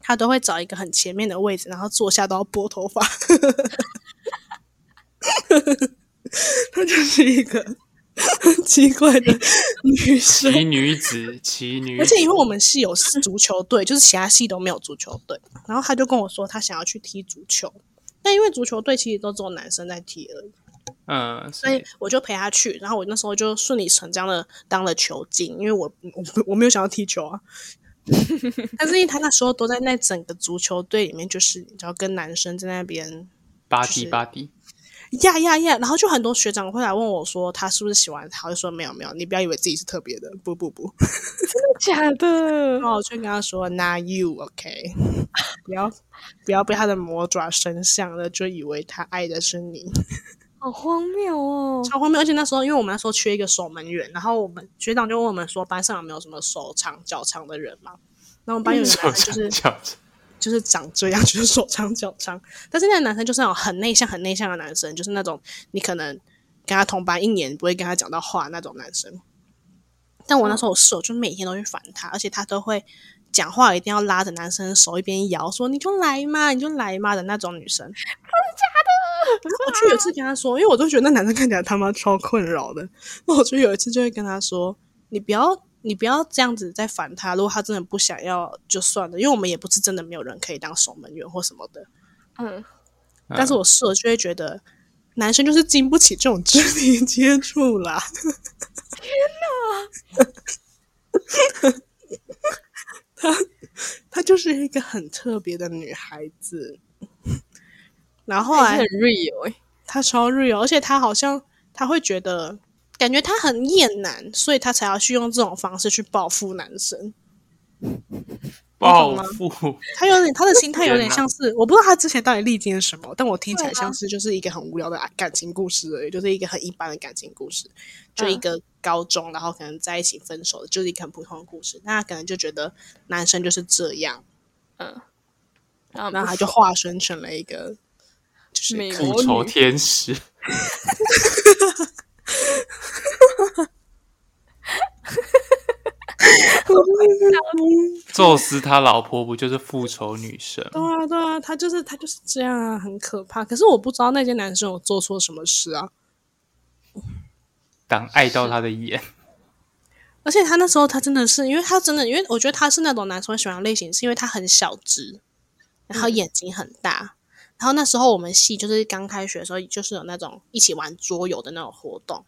[SPEAKER 2] 她都会找一个很前面的位置，然后坐下都要拨头发。她就是一个很奇怪的女生，
[SPEAKER 1] 奇女 子，奇女
[SPEAKER 2] 而且
[SPEAKER 1] 子，
[SPEAKER 2] 因为我们系有足球队，就是其他系都没有足球队，然后他就跟我说他想要去踢足球，但因为足球队其实都只有男生在踢而已，
[SPEAKER 1] 嗯，
[SPEAKER 2] 所以
[SPEAKER 1] 是
[SPEAKER 2] 我就陪他去，然后我那时候就顺理成章的当了球精，因为我 我我没有想要踢球啊，但是因为他那时候都在那整个足球队里面，就是你知道跟男生在那边
[SPEAKER 1] 巴
[SPEAKER 2] 就
[SPEAKER 1] 迪
[SPEAKER 2] 是
[SPEAKER 1] 巴迪，
[SPEAKER 2] 呀呀呀！然后就很多学长会来问我说他是不是喜欢他，我就说没有没有，你不要以为自己是特别的，不不不，
[SPEAKER 3] 假的
[SPEAKER 2] 然，后我就跟他说 “Not you, OK？不 要不要被他的魔爪伸向了，就以为他爱的是你。
[SPEAKER 3] 好荒谬哦！
[SPEAKER 2] 超荒谬！而且那时候，因为我们那时候缺一个守门员，然后我们学长就问我们说，班上有没有什么手长脚长的人嘛？然后我们班有一个
[SPEAKER 1] 手
[SPEAKER 2] 男生就是
[SPEAKER 1] 嗯长脚长，
[SPEAKER 2] 就是长这样， 就是手长脚长。但是那个男生就是那种很内向、很内向的男生，就是那种你可能跟他同班一年不会跟他讲到话那种男生。但我那时候我室友就每天都去烦他，而且他都会讲话一定要拉着男生的手一边摇，说你就来嘛，你就来嘛的那种女生。真的假的？然后我就有一次跟他说，因为我都觉得那男生看起来他妈超困扰的，那我就有一次就会跟他说，你不要你不要这样子再烦他，如果他真的不想要就算了，因为我们也不是真的没有人可以当守门员或什么的。
[SPEAKER 3] 嗯，
[SPEAKER 1] 嗯
[SPEAKER 2] 但是我室友就会觉得，男生就是经不起这种肢体接触啦。 天 哪！她她就是一个很特别的女孩子。然后后
[SPEAKER 3] 还是
[SPEAKER 2] 来
[SPEAKER 3] 很 real 哎、
[SPEAKER 2] 她超哦 real，而且她好像她会觉得，感觉她很厌男，所以她才要去用这种方式去报复男生。
[SPEAKER 1] 暴
[SPEAKER 2] 吗
[SPEAKER 1] 富，
[SPEAKER 2] 他有点，他的心态有点
[SPEAKER 1] 天哪
[SPEAKER 2] 像是，我不知道他之前到底历经了什么，但我听起来
[SPEAKER 3] 对啊
[SPEAKER 2] 像是就是一个很无聊的感情故事而已，就是一个很一般的感情故事，就
[SPEAKER 3] 嗯
[SPEAKER 2] 一个高中，然后可能在一起分手的，就是一个很普通的故事。那他可能就觉得男生就是这样，
[SPEAKER 3] 然
[SPEAKER 2] 然后
[SPEAKER 3] 后
[SPEAKER 2] 他
[SPEAKER 3] 嗯啊不
[SPEAKER 2] 就化身成了一个就是
[SPEAKER 3] 美
[SPEAKER 2] 可以
[SPEAKER 1] 复
[SPEAKER 3] 魔
[SPEAKER 1] 仇
[SPEAKER 3] 女，
[SPEAKER 1] 天使， 宙斯他老婆不就是复仇女神吗？
[SPEAKER 2] 对啊对啊，他就是他就是这样啊，很可怕。可是我不知道那些男生有做错什么事啊，
[SPEAKER 1] 当爱到他的 眼，
[SPEAKER 2] 而且他那时候他真的是，因为他真的，因为我觉得他是那种男生会喜欢的类型，是因为他很小只，然后眼睛很大。然后那时候我们系就是刚开学的时候，就是有那种一起玩桌游的那种活动，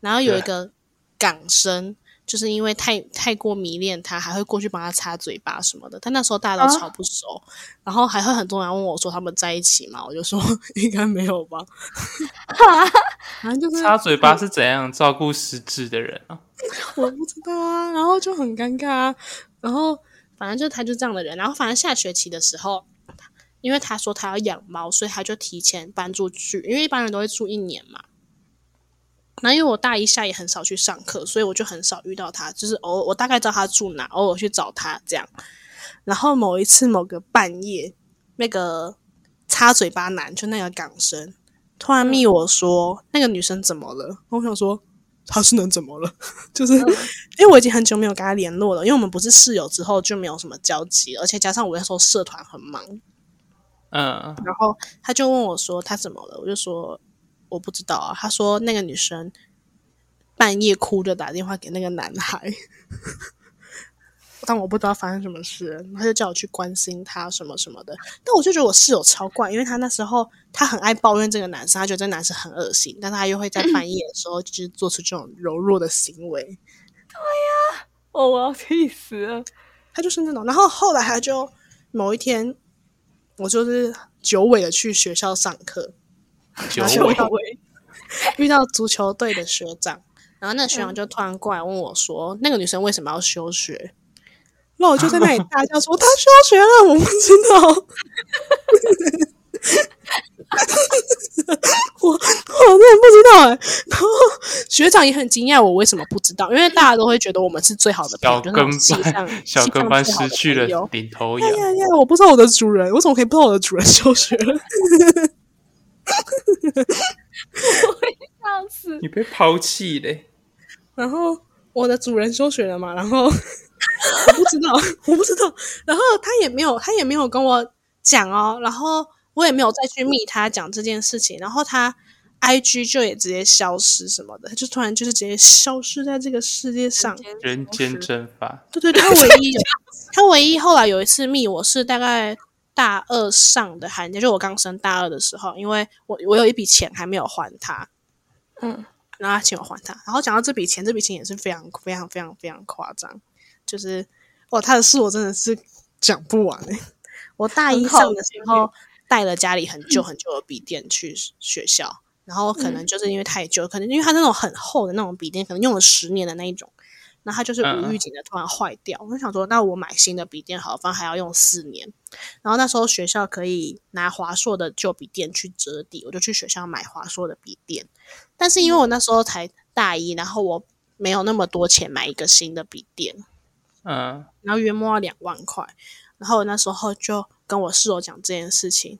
[SPEAKER 2] 然后有一
[SPEAKER 1] 对
[SPEAKER 2] 个港生，就是因为太太过迷恋他，还会过去帮他擦嘴巴什么的。但那时候大家都
[SPEAKER 3] 啊
[SPEAKER 2] 超不熟，然后还会很多人问我说他们在一起吗？我就说 应该没有吧，反正就是
[SPEAKER 1] 擦嘴巴是怎样照顾失智的人啊？
[SPEAKER 2] 我不知道啊，然后就很尴尬啊，然后反正就是他就这样的人，然后反正下学期的时候，因为他说他要养猫，所以他就提前搬出去，因为一般人都会住一年嘛。那因为我大一下也很少去上课，所以我就很少遇到他，就是偶尔我大概知道他住哪，偶尔去找他这样。然后某一次某个半夜，那个擦嘴巴男就那个港生突然密我说、那个女生怎么了？我想说他是能怎么了？就是、 因为我已经很久没有跟他联络了，因为我们不是室友之后就没有什么交集，而且加上我那时候社团很忙，
[SPEAKER 1] 嗯，
[SPEAKER 2] 然后他就问我说他怎么了，我就说我不知道啊。他说那个女生半夜哭着打电话给那个男孩， 但我不知道发生什么事，他就叫我去关心他什么什么的。但我就觉得我室友超怪，因为他那时候他很爱抱怨这个男生，他觉得这个男生很恶心，但他又会在半夜的时候就是做出这种柔弱的行为。
[SPEAKER 3] 哦，我要气死了！
[SPEAKER 2] 他就是那种。然后后来他就某一天，我就是久违的去学校上课，
[SPEAKER 1] 九
[SPEAKER 2] 然后
[SPEAKER 1] 尾
[SPEAKER 2] 遇，到遇到足球队的学长，然后那个
[SPEAKER 1] 嗯
[SPEAKER 2] 学长就突然过来问我说，那个女生为什么要休学？然后我就在那里大叫说：“ 她休学了，我不知道。 我”我真的不知道哎、然后学长也很惊讶我为什么不知道，因为大家都会觉得我们是最好的朋
[SPEAKER 1] 小
[SPEAKER 2] 友，就是那
[SPEAKER 1] 跟
[SPEAKER 2] 种系上
[SPEAKER 1] 班， 小跟班失去了领头羊
[SPEAKER 2] 哎。呀呀！我不知道我的主人，我怎么可以不知道我的主人休学了？
[SPEAKER 3] 笑死！
[SPEAKER 1] 你被抛弃嘞！
[SPEAKER 2] 然后我的主人休学了嘛，然后 我不知道，我不知道，然后他也没有，他也没有跟我讲哦，然后我也没有再去密他讲这件事情，然后他 I G 就也直接消失什么的，他就突然就是直接消失在这个世界上，
[SPEAKER 1] 人间蒸发，
[SPEAKER 2] 对对对，他唯一有他唯一后来有一次密我是大概大二上的寒假，就我刚升大二的时候，因为我我有一笔钱还没有还他，
[SPEAKER 3] 嗯，
[SPEAKER 2] 然后他请我还他。然后讲到这笔钱，这笔钱也是非常非常非常非常夸张，就是哇，他的事我真的是讲不完、欸、我大一上的时候带了家里很
[SPEAKER 1] 嗯
[SPEAKER 2] 旧很旧的笔电去学校，然后可能就是因为太旧，可能因为他那种很厚的那种笔电，可能用了十年的那一种。然后它就是
[SPEAKER 1] 嗯
[SPEAKER 2] 无预警的突然坏掉，我就想说，那我买新的笔电好了，反正还要用四年。然后那时候学校可以拿华硕的旧笔电去折抵，我就去学校买华硕的笔电。但
[SPEAKER 1] 嗯
[SPEAKER 2] 是因为我那时候才大一，然后我没有那么多钱买一个新的笔电，
[SPEAKER 1] 嗯，
[SPEAKER 2] 然后约莫要两万块。然后我那时候就跟我室友讲这件事情，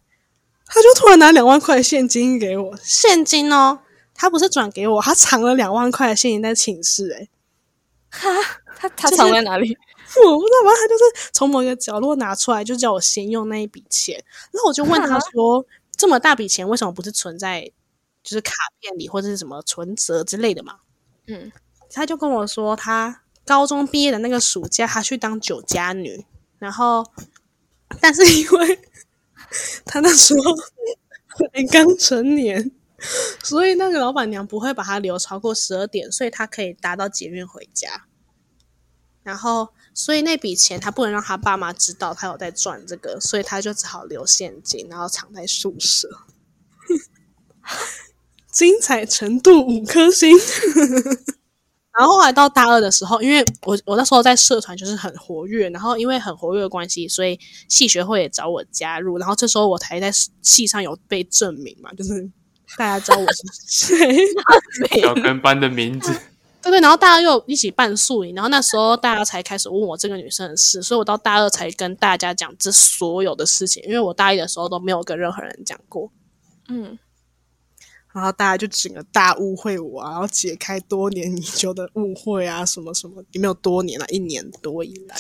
[SPEAKER 2] 他就突然拿两万块现金给我，现金哦，他不是转给我，他藏了两万块的现金在寝室、欸，
[SPEAKER 3] 他他
[SPEAKER 2] 就是
[SPEAKER 3] 藏在哪里？
[SPEAKER 2] 我不知道，反正他就是从某一个角落拿出来，就叫我先用那一笔钱。然后我就问他说：“这么大笔钱为什么不是存在就是卡片里或者是什么存折之类的嘛？”
[SPEAKER 3] 嗯，
[SPEAKER 2] 他就跟我说，他高中毕业的那个暑假，他去当酒家女，然后但是因为他那时候才刚成年。所以那个老板娘不会把他留超过十二点，所以他可以搭到捷运回家。然后所以那笔钱他不能让他爸妈知道他有在赚这个，所以他就只好留现金，然后藏在宿舍。 精彩程度五颗星。 然后后来到大二的时候，因为我我那时候在社团就是很活跃，然后因为很活跃的关系，所以系学会也找我加入，然后这时候我才在系上有被证明嘛，就是大家知道我是谁。
[SPEAKER 3] 没
[SPEAKER 1] 小
[SPEAKER 3] 有，
[SPEAKER 1] 跟班的名字，
[SPEAKER 2] 对对，然后大家又一起办宿营，然后那时候大家才开始问我这个女生的事，所以我到大二才跟大家讲这所有的事情，因为我大一的时候都没有跟任何人讲过，
[SPEAKER 3] 嗯，
[SPEAKER 2] 然后大家就整个大误会我啊，然后解开多年已久的误会啊，什么什么，也没有多年了，一年多以来，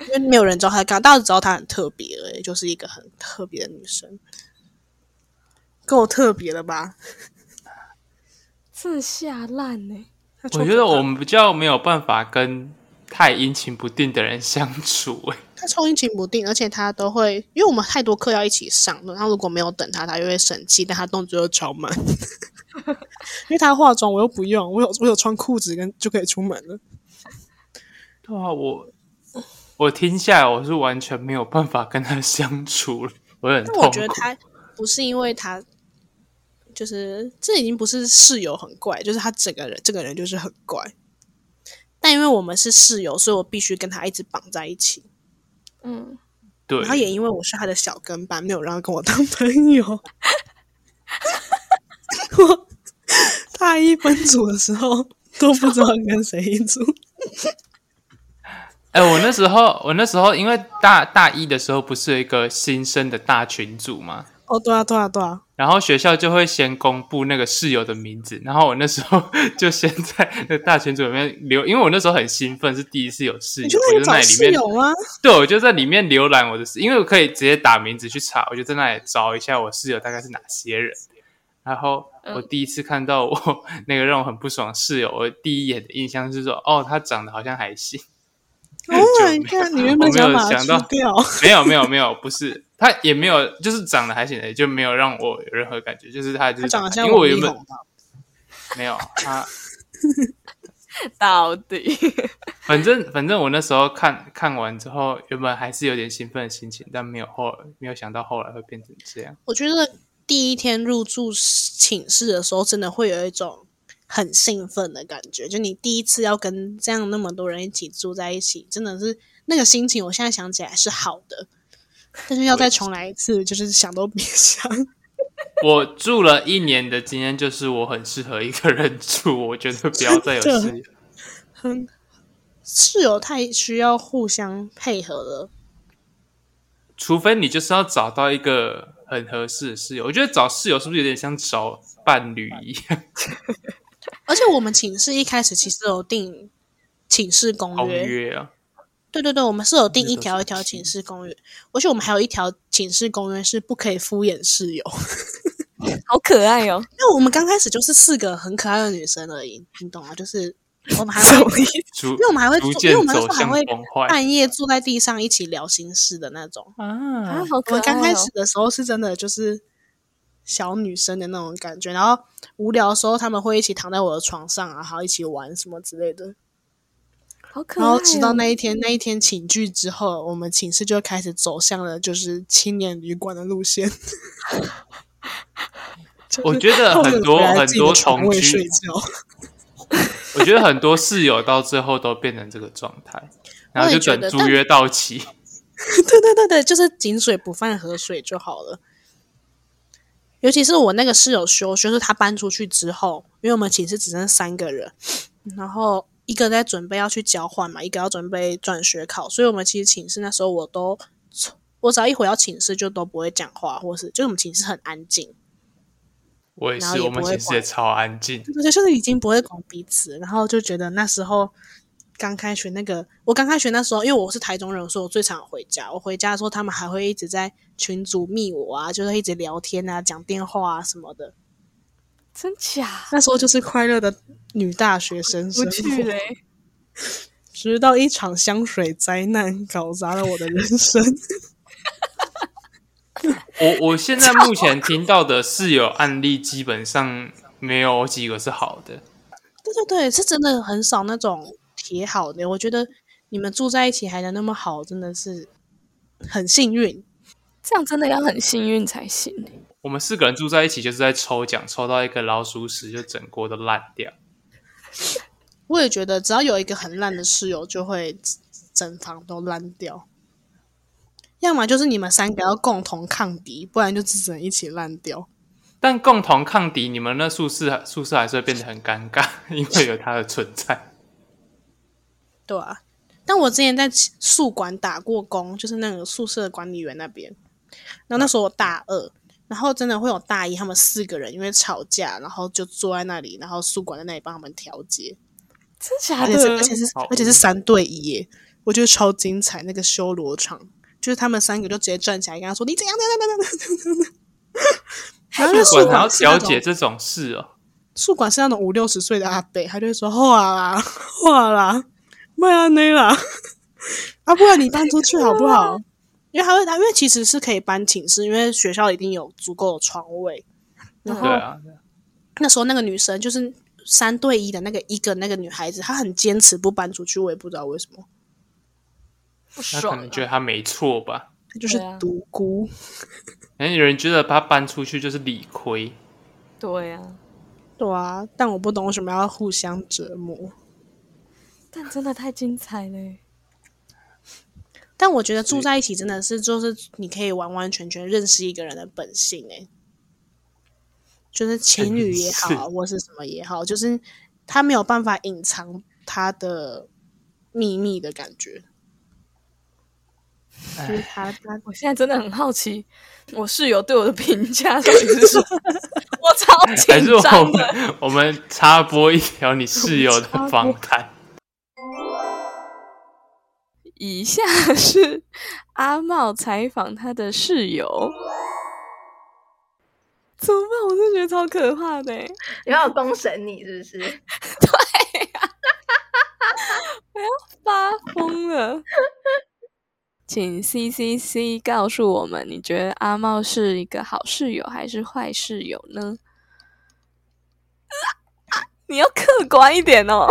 [SPEAKER 2] 因为没有人知道她干嘛，大家只知道她很特别而已，就是一个很特别的女生，够特别了吧？
[SPEAKER 3] 这下烂欸呢、
[SPEAKER 1] 我觉得我们比较没有办法跟太阴晴不定的人相处、哎，
[SPEAKER 2] 他超阴晴不定，而且他都会，因为我们太多课要一起上了，他如果没有等他，他就会生气，但他动作又超慢， 因为他化妆我又不用，我有我有穿裤子跟就可以出门了。
[SPEAKER 1] 对啊，我 我听下来，我是完全没有办法跟他相处了， 我很
[SPEAKER 2] 但
[SPEAKER 1] 痛
[SPEAKER 2] 我觉得
[SPEAKER 1] 苦。
[SPEAKER 2] 他不是因为他，就是这已经不是室友很怪，就是他整个人这个人就是很怪。但因为我们是室友，所以我必须跟他一直绑在一起。
[SPEAKER 3] 嗯，
[SPEAKER 1] 对，
[SPEAKER 2] 然后也因为我是他的小跟班，没有让他跟我当朋友。我大一分组的时候都不知道跟谁一组，
[SPEAKER 1] 哎、我那时候，我那时候因为大大一的时候不是有一个新生的大群组嘛，
[SPEAKER 2] 哦，对啊，对啊，对啊，
[SPEAKER 1] 然后学校就会先公布那个室友的名字，然后我那时候 就先在那个大群组里面留，因为我那时候很兴奋，是第一次有室友，
[SPEAKER 2] 你去
[SPEAKER 1] 我
[SPEAKER 2] 那
[SPEAKER 1] 就
[SPEAKER 2] 里
[SPEAKER 1] 在那
[SPEAKER 2] 找
[SPEAKER 1] 里
[SPEAKER 2] 室
[SPEAKER 1] 面，
[SPEAKER 2] 友吗？
[SPEAKER 1] 对，我 就在里面浏览我的室，因为我可以直接打名字去查，我就在那里找一下我室友大概是哪些人。然后我第一次看到我 那个让我很不爽的室友，我第一眼的印象是说，哦，他长得好像还行。
[SPEAKER 2] Oh my god！你原本
[SPEAKER 1] 我没有
[SPEAKER 2] 把它
[SPEAKER 1] 想到
[SPEAKER 2] 去掉，
[SPEAKER 1] 没有没有没有，不是他也没有，就是长得还行的，就没有让我有任何感觉，就是他就
[SPEAKER 2] 他
[SPEAKER 1] 是
[SPEAKER 2] 长得像
[SPEAKER 1] 因为我
[SPEAKER 2] 王力
[SPEAKER 1] 原本
[SPEAKER 2] 宏吧
[SPEAKER 1] 没有他，
[SPEAKER 3] 到底
[SPEAKER 1] 反正反正我那时候看看完之后，原本还是有点兴奋的心情，但没有后没有想到后来会变成这样。
[SPEAKER 2] 我觉得第一天入住寝室的时候，真的会有一种很兴奋的感觉，就你第一次要跟这样那么多人一起住在一起，真的是那个心情，我现在想起来是好的，但是要再重来一次，就是想都别想。
[SPEAKER 1] 我住了一年的经验就是我很适合一个人住，我觉得不要 再有
[SPEAKER 2] 真的
[SPEAKER 1] 室友。
[SPEAKER 2] 很室友太需要互相配合了，
[SPEAKER 1] 除非你就是要找到一个很合适的室友。我觉得找室友是不是有点像找伴侣一样？
[SPEAKER 2] 而且我们寝室一开始其实有定寝室公
[SPEAKER 1] 公
[SPEAKER 2] 约，
[SPEAKER 1] 约啊，
[SPEAKER 2] 对对对，我们是有定
[SPEAKER 1] 那
[SPEAKER 2] 一
[SPEAKER 1] 都
[SPEAKER 2] 条
[SPEAKER 1] 是
[SPEAKER 2] 一条
[SPEAKER 1] 亲
[SPEAKER 2] 寝室公约，而且我们还有一条寝室公约是不可以敷衍室友。
[SPEAKER 3] 好可爱哦，
[SPEAKER 2] 因为我们刚开始就是四个很可爱的女生而已，你懂吗？就是我们还会，
[SPEAKER 1] 逐
[SPEAKER 2] 因为我们还会
[SPEAKER 1] 逐
[SPEAKER 2] 做因
[SPEAKER 1] 渐
[SPEAKER 2] 为我们那
[SPEAKER 1] 走
[SPEAKER 2] 时候还
[SPEAKER 1] 向
[SPEAKER 2] 会
[SPEAKER 1] 崩坏
[SPEAKER 2] 半夜坐在地上一起聊心事的那种。
[SPEAKER 1] 啊
[SPEAKER 3] 啊，！好
[SPEAKER 2] 我
[SPEAKER 3] 可爱、
[SPEAKER 2] 们
[SPEAKER 3] 哦。
[SPEAKER 2] 刚开始的时候是真的就是小女生的那种感觉，然后无聊的时候他们会一起躺在我的床上啊，然后一起玩什么之类的。
[SPEAKER 3] 好可爱、
[SPEAKER 2] 然
[SPEAKER 3] 哦，
[SPEAKER 2] 后直到那一天，那一天请聚之后，我们寝室就开始走向了就是青年旅馆的路线。 就是
[SPEAKER 1] 我觉 得
[SPEAKER 2] 后面
[SPEAKER 1] 很多
[SPEAKER 2] 回来
[SPEAKER 1] 很
[SPEAKER 2] 自己
[SPEAKER 1] 多
[SPEAKER 2] 的床
[SPEAKER 1] 同
[SPEAKER 2] 位
[SPEAKER 1] 居
[SPEAKER 2] 睡觉。
[SPEAKER 1] 我觉得很多室友到最后都变成这个状态，然后就等租约到期。
[SPEAKER 2] 对对对对，就是井水不犯河水就好了。尤其是我那个室友修，就是他搬出去之后，因为我们寝室只剩三个人，然后一个在准备要去交换嘛，一个要准备转学考，所以我们其实寝室那时候我都，我只要一回到寝室就都不会讲话，或是就是我们寝室很安静，
[SPEAKER 1] 我也
[SPEAKER 2] 然后
[SPEAKER 1] 是，
[SPEAKER 2] 也
[SPEAKER 1] 我们
[SPEAKER 2] 不会
[SPEAKER 1] 寝室也超安静。
[SPEAKER 2] 对，就是已经不会管彼此，然后就觉得那时候刚开学那个，我刚开学那时候，因为我是台中人，所以我最常回家。我回家的时候，他们还会一直在群组密我啊，就是一直聊天啊、讲电话啊什么的。
[SPEAKER 3] 真假
[SPEAKER 2] 那时候就是快乐的女大学生
[SPEAKER 3] 不
[SPEAKER 2] 生
[SPEAKER 3] 去
[SPEAKER 2] 活，
[SPEAKER 3] 嘞，
[SPEAKER 2] 直到一场香水灾难搞砸了我的人生。
[SPEAKER 1] 我我现在目前听到的室友案例，基本上没有几个是好的。
[SPEAKER 2] 对对对，是真的很少那种铁好的。我觉得你们住在一起还能那么好，真的是很幸运。
[SPEAKER 3] 这样真的要很幸运才行。欸
[SPEAKER 1] 我们四个人住在一起，就是在抽奖，抽到一个老鼠屎，就整锅都烂掉。
[SPEAKER 2] 我也觉得，只要有一个很烂的室友，就会整房都烂掉。要么就是你们三个要共同抗敌，不然就只能一起烂掉。
[SPEAKER 1] 但共同抗敌，你们那宿舍宿舍还是会变得很尴尬， 因为有它的存在。
[SPEAKER 2] 对啊，但我之前在宿管打过工，就是那个宿舍管理员那边。然后那时候我大二，然后真的会有大一，他们四个人因为吵架，然后就坐在那里，然后宿管在那里帮他们调解，
[SPEAKER 3] 真假
[SPEAKER 2] 而且是
[SPEAKER 3] 的
[SPEAKER 2] 而？且是
[SPEAKER 1] 好
[SPEAKER 2] 而且是三对一耶，我觉得超精彩。那个修罗场，就是他们三个就直接站起来跟他说：“你怎样怎样怎样怎样怎样怎样 怎样。”然后那
[SPEAKER 1] 宿
[SPEAKER 2] 宿
[SPEAKER 1] 管还要
[SPEAKER 2] 管是
[SPEAKER 1] 调
[SPEAKER 2] 那
[SPEAKER 1] 解
[SPEAKER 2] 种
[SPEAKER 1] 这种事哦，
[SPEAKER 2] 宿管是那种五六十岁的阿伯，他就会说话啦话啦，麦安内啦，啊，不然你搬出去好不好？因为他会，他因为其实是可以搬寝室，因为学校一定有足够的床位。
[SPEAKER 3] 哦
[SPEAKER 2] 然后
[SPEAKER 1] 对啊，
[SPEAKER 2] 那时候那个女生就是三对一的那个一个那个女孩子，她很坚持不搬出去，我也不知道为什么。
[SPEAKER 3] 不
[SPEAKER 1] 他可
[SPEAKER 3] 爽
[SPEAKER 1] 能
[SPEAKER 3] 啊，
[SPEAKER 1] 觉得他没错吧？
[SPEAKER 2] 她就是
[SPEAKER 3] 对啊
[SPEAKER 2] 独孤，
[SPEAKER 1] 可能有人觉得把他搬出去就是理亏，
[SPEAKER 3] 对啊，
[SPEAKER 2] 对啊，但我不懂为什么要互相折磨。
[SPEAKER 3] 但真的太精彩嘞。
[SPEAKER 2] 但我觉得住在一起真的是，就是你可以完完全全认识一个人的本性、欸，就是情侣也好啊，
[SPEAKER 1] 哎是
[SPEAKER 2] 或是什么也好，就是他没有办法隐藏他的秘密的感觉，就
[SPEAKER 1] 唉
[SPEAKER 2] 是他他
[SPEAKER 3] 我现在真的很好奇，我室友对我的评价到底是什么？ 我超
[SPEAKER 1] 还是
[SPEAKER 3] 紧
[SPEAKER 1] 我
[SPEAKER 3] 张的。
[SPEAKER 1] 们我们插播一条你室友 的访谈。
[SPEAKER 3] 以下 是阿茂采访他的室友。怎么办？我真的觉得超可怕的欸、
[SPEAKER 4] 你要公审你是 不是？
[SPEAKER 3] 发疯了。请 C C C 告诉我们，你觉得阿茂是一个好室友还是坏室友呢？ 你要客观一点哦。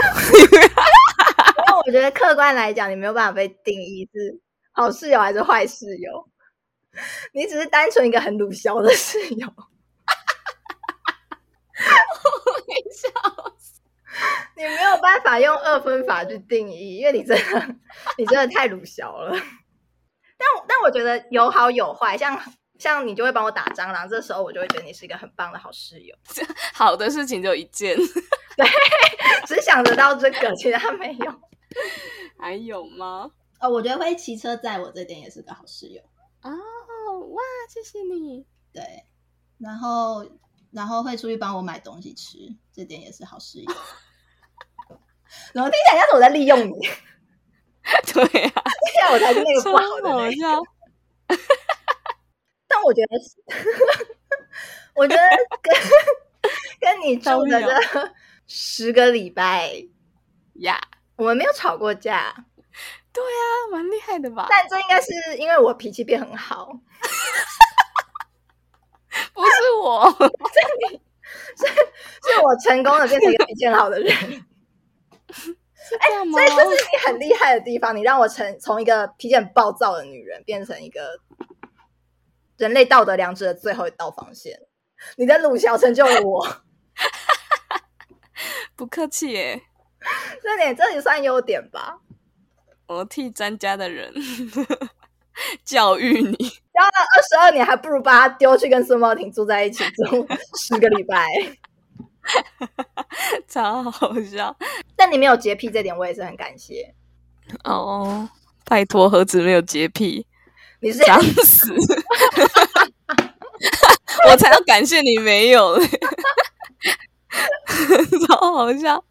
[SPEAKER 4] 那我觉得客观来讲，你没有办法被定义是好室友还是坏室友，你只是单纯一个很鲁枭的室友。你没有办法用二分法去定义，因为你真的你真的太鲁小了。但我但我觉得有好有坏，像像你就会帮我打蟑螂，这时候我就会觉得你是一个很棒的好室友。
[SPEAKER 3] 好的事情就一件，
[SPEAKER 4] 只想得到这个，其他没有。
[SPEAKER 3] 还有吗？
[SPEAKER 5] 哦，我觉得会骑车载我这点也是个好室友。
[SPEAKER 3] 哦，哇，谢谢你。
[SPEAKER 5] 对，然后然后会出去帮我买东西吃，这点也是好室友。
[SPEAKER 4] 然后听起来像是我在利用你，听
[SPEAKER 3] 对啊，
[SPEAKER 4] 起来我才是那个
[SPEAKER 3] 超
[SPEAKER 4] 不好的
[SPEAKER 3] 好
[SPEAKER 4] 那个。
[SPEAKER 3] 笑。
[SPEAKER 4] 但我觉得是，我觉得跟跟你住的这
[SPEAKER 3] 啊
[SPEAKER 4] 十个礼拜，
[SPEAKER 3] 呀，
[SPEAKER 4] 我们没有吵过架，
[SPEAKER 3] 那啊蛮厉害的吧？
[SPEAKER 4] 但这应该是因为我脾气变很好，
[SPEAKER 3] 不是我，
[SPEAKER 4] 所以我成功的变成一个脾气很好的人。
[SPEAKER 3] 是这样吗？
[SPEAKER 4] 哎所以这是你很厉害的地方，你让我成从一个脾气很暴躁的女人，变成一个人类道德良知的最后一道防线。你的鲁小成就了我，
[SPEAKER 3] 不客气耶，
[SPEAKER 4] 这点这也算优点吧？
[SPEAKER 3] 我替詹家的人 教育你。
[SPEAKER 4] 交了二十二年，还不如把他丢去跟孙茂婷住在一起住 十个礼拜。
[SPEAKER 3] 超好笑
[SPEAKER 4] 但你没有洁癖这点，我也是很感谢。
[SPEAKER 3] 哦！拜托，何止没有洁癖，
[SPEAKER 4] 你是
[SPEAKER 3] 脏 死！我才要感谢你没有嘞， 超好笑！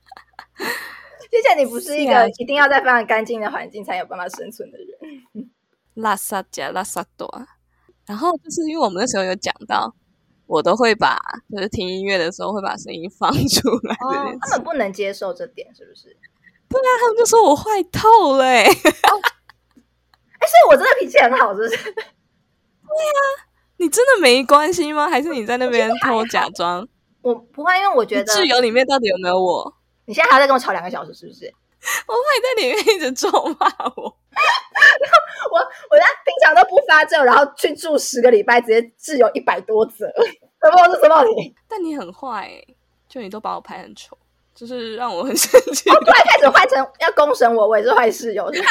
[SPEAKER 4] 谢谢你不是一
[SPEAKER 3] 是啊
[SPEAKER 4] 个一定要在非常干净的环境才有办法生存的人。
[SPEAKER 3] 拉萨加拉萨多，啊然后就是因为我们那时候有讲到，我都会把就是听音乐的时候会把声音放出来的那种，
[SPEAKER 4] 他们不能接受这点，是不是？
[SPEAKER 3] 他们就说我坏透了、欸，
[SPEAKER 4] 哎，所以我真的脾气很好，是不是？
[SPEAKER 3] 你真的没关系吗？还是你在那边偷假装？
[SPEAKER 4] 我不会，因为我觉
[SPEAKER 3] 你
[SPEAKER 4] 得
[SPEAKER 3] 室友里面到底有没有我？
[SPEAKER 4] 你现在还在跟我吵两个小时，是不 是？
[SPEAKER 3] 我怕你在里面一直咒骂我，
[SPEAKER 4] 我我在平常都不发这种，然后去住十个礼拜，直接自由一百多折， 什么是什么你？
[SPEAKER 3] 但你很坏、欸，就你都把我拍很丑，就是让我很生气。
[SPEAKER 4] 哦突然开始换成要公审我，我也是坏室友，是 吧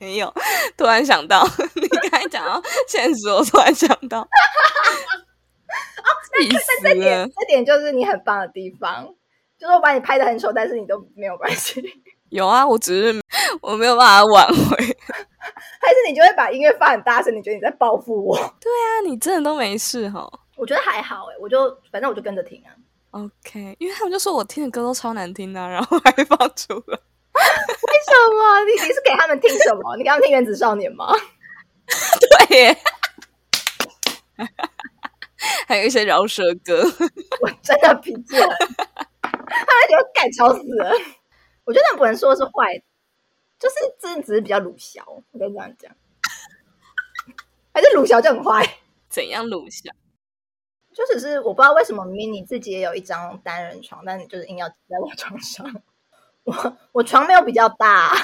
[SPEAKER 3] 没有，突然想到你刚才讲到现实，我突然想 到，
[SPEAKER 4] 哦
[SPEAKER 3] 气死了！
[SPEAKER 4] 这点就是你很棒的地方。就是我把你拍的很丑，但是你都没有关系，
[SPEAKER 3] 有啊，我只是 我没有办法挽回。
[SPEAKER 4] 还是你就会把音乐放很大声，你觉得你在报复我？
[SPEAKER 3] 那啊你真的都没事哈
[SPEAKER 4] 我觉得还好哎、我就反正我就跟着听啊。
[SPEAKER 3] ？OK，因为他们就说我听的歌都超难听的、啊然后还放出来。
[SPEAKER 4] 为什么？ 你你是给他们听什么？你 给他们听《原子少年》吗？
[SPEAKER 3] 对耶， 还有一些饶舌歌。
[SPEAKER 4] 我真的脾气很，他们觉得干吵死了。我觉得不能说是坏的，就是真的只是比较鲁小，我跟你这样讲，还是鲁小就很坏。
[SPEAKER 3] 怎样录像？
[SPEAKER 4] 就只是我不知道为什么 mini 自己也有一张单人床，但你就是硬要挤在我床上。我我床没有比较大，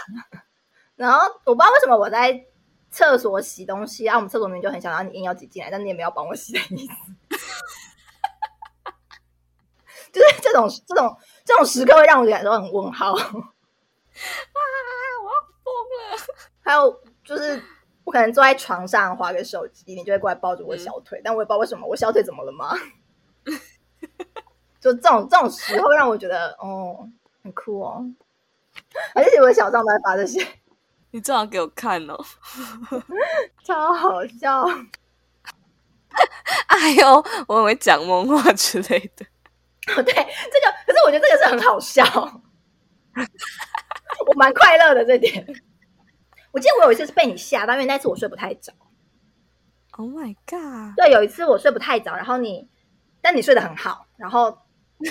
[SPEAKER 4] 然后我不知道为什么我在厕所洗东西啊，我们厕所明明就很小，然后你硬要挤进来，但你也没有帮我洗的意思。 就是这种这种这种时刻会让我感到很问号。
[SPEAKER 3] 疯了！
[SPEAKER 4] 还有就是我可能坐在床上划个手机，你就会过来抱着我小腿，但我也不知道为什么，我小腿怎么了吗？ 就这种这种时候让我觉得，哦，很酷哦。而且我小账都在发这些，
[SPEAKER 3] 你最好给我看哦！
[SPEAKER 4] 超好笑。
[SPEAKER 3] 哎呦，我很会讲梦话之类的。
[SPEAKER 4] 对，这个可是我觉得这个是很好笑， 我蛮快乐的这点。我记得我有一次是被你吓到，因为那次我睡不太着。
[SPEAKER 3] Oh my god！
[SPEAKER 4] 对，有一次我睡不太着，然后你，但你睡得很好，然后，然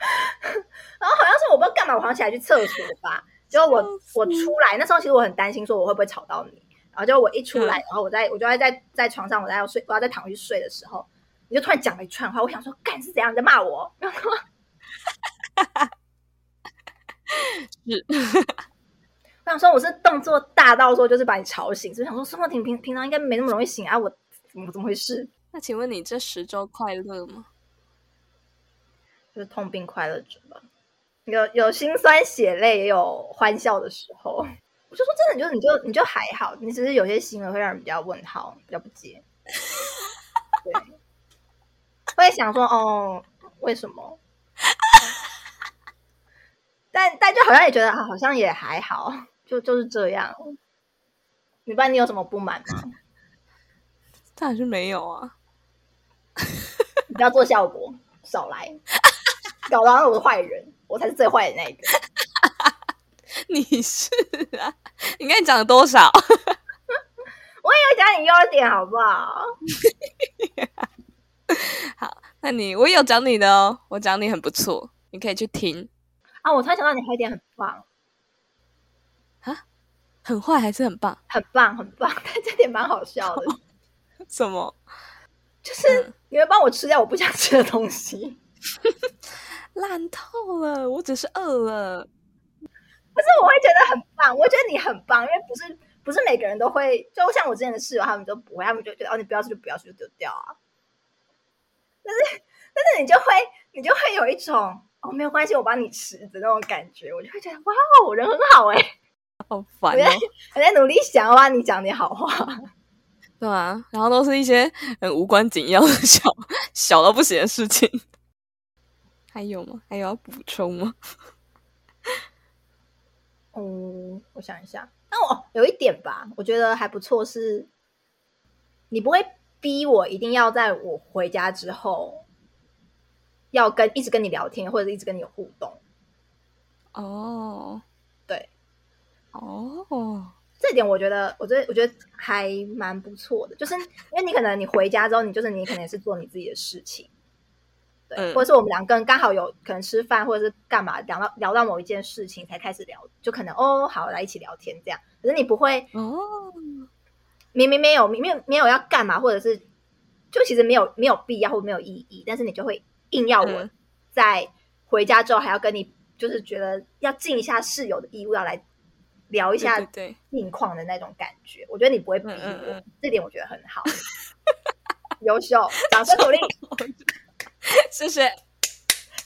[SPEAKER 4] 后好像是我不知道干嘛，我好像起来去厕所吧，结果我我出来，那时候其实我很担心说我会不会吵到你，然后结果我一出来，然后我在我就在在在床上，我在要睡，我要在躺下去睡的时候，你就突然讲了一串话，我想说干是怎样你在骂我， 然后
[SPEAKER 3] 是
[SPEAKER 4] 我想说我是动作大到说就是把你吵醒，就想说宋梦婷平平常应该没那么容易醒啊，我怎么怎么回事？
[SPEAKER 3] 那请问你这十周快乐吗？
[SPEAKER 4] 就是痛并快乐着吧。有有心酸血泪，也有欢笑的时候。我就说真的，你就你就你就还好，你只是有些行为会让人比较问号，比较不解。对，会想说哦，为什么？ 但但就好像也觉得啊好像也还好，就就是这样。你不然你有什么不满吗？
[SPEAKER 3] 当然是没有啊，
[SPEAKER 4] 你不要做效果，少来，搞得好像我是坏人，我才是最坏的那一个。
[SPEAKER 3] 你是啊，你刚才讲了多少？
[SPEAKER 4] 我也有讲你优点，好不好？
[SPEAKER 3] 那你我也有讲你的哦，我讲你很不错，你可以去听。
[SPEAKER 4] 啊，我突然想到你还有一点很棒，
[SPEAKER 3] 很坏还是很棒？
[SPEAKER 4] 很棒，很棒， 但这点蛮好嗯笑的，
[SPEAKER 3] 什么
[SPEAKER 4] 就是你会帮我吃掉我不想吃的东 西。
[SPEAKER 3] 烂透了？我只是饿了。
[SPEAKER 4] 可是我会觉得很棒，我觉得你很棒，因为不是不是每个人都会，就像我之前的室友，他们都不会，他们就觉得哦，你不要吃就不要吃，就丢掉啊。但是但是你就会你就会有一种哦，没有关系，我帮你吃的那种感觉，我就会觉得哇哦，人很好哎、
[SPEAKER 3] 好烦
[SPEAKER 4] 我在
[SPEAKER 3] 哦，
[SPEAKER 4] 我在努力想要帮你讲点好话。
[SPEAKER 3] 对啊，然后都是一些很无关紧要的小 小到不行的事情。还有吗？还有要补充吗？
[SPEAKER 4] 嗯，我想一下，但我哦有一点吧，我觉得还不错是，你不会逼我一定要在我回家之后，要跟一直跟你聊天，或者一直跟你有互动。
[SPEAKER 3] 哦，
[SPEAKER 4] 对，
[SPEAKER 3] 哦，
[SPEAKER 4] 这点我觉得，我觉得我觉得还蛮不错的，就是因为你可能你回家之后，你就是你可能也是做你自己的事情，对，
[SPEAKER 3] 嗯
[SPEAKER 4] 或者是我们两个人刚好有可能吃饭或者是干嘛聊到聊到某一件事情才开始聊，就可能哦好来一起聊天这样，可是你不会
[SPEAKER 3] 哦，
[SPEAKER 4] 明明没有，明明没有要干嘛，或者是就其实没有没有必要或没有意义，但是你就会硬要我
[SPEAKER 3] 嗯
[SPEAKER 4] 在回家之后还要跟你，就是觉得要尽一下室友的义务，要来聊一
[SPEAKER 3] 对
[SPEAKER 4] 下
[SPEAKER 3] 对对，
[SPEAKER 4] 近况的那种感觉。我觉得你不会逼我，
[SPEAKER 3] 嗯嗯嗯
[SPEAKER 4] 这点我觉得很 好，优秀，掌声鼓励。
[SPEAKER 3] 谢谢。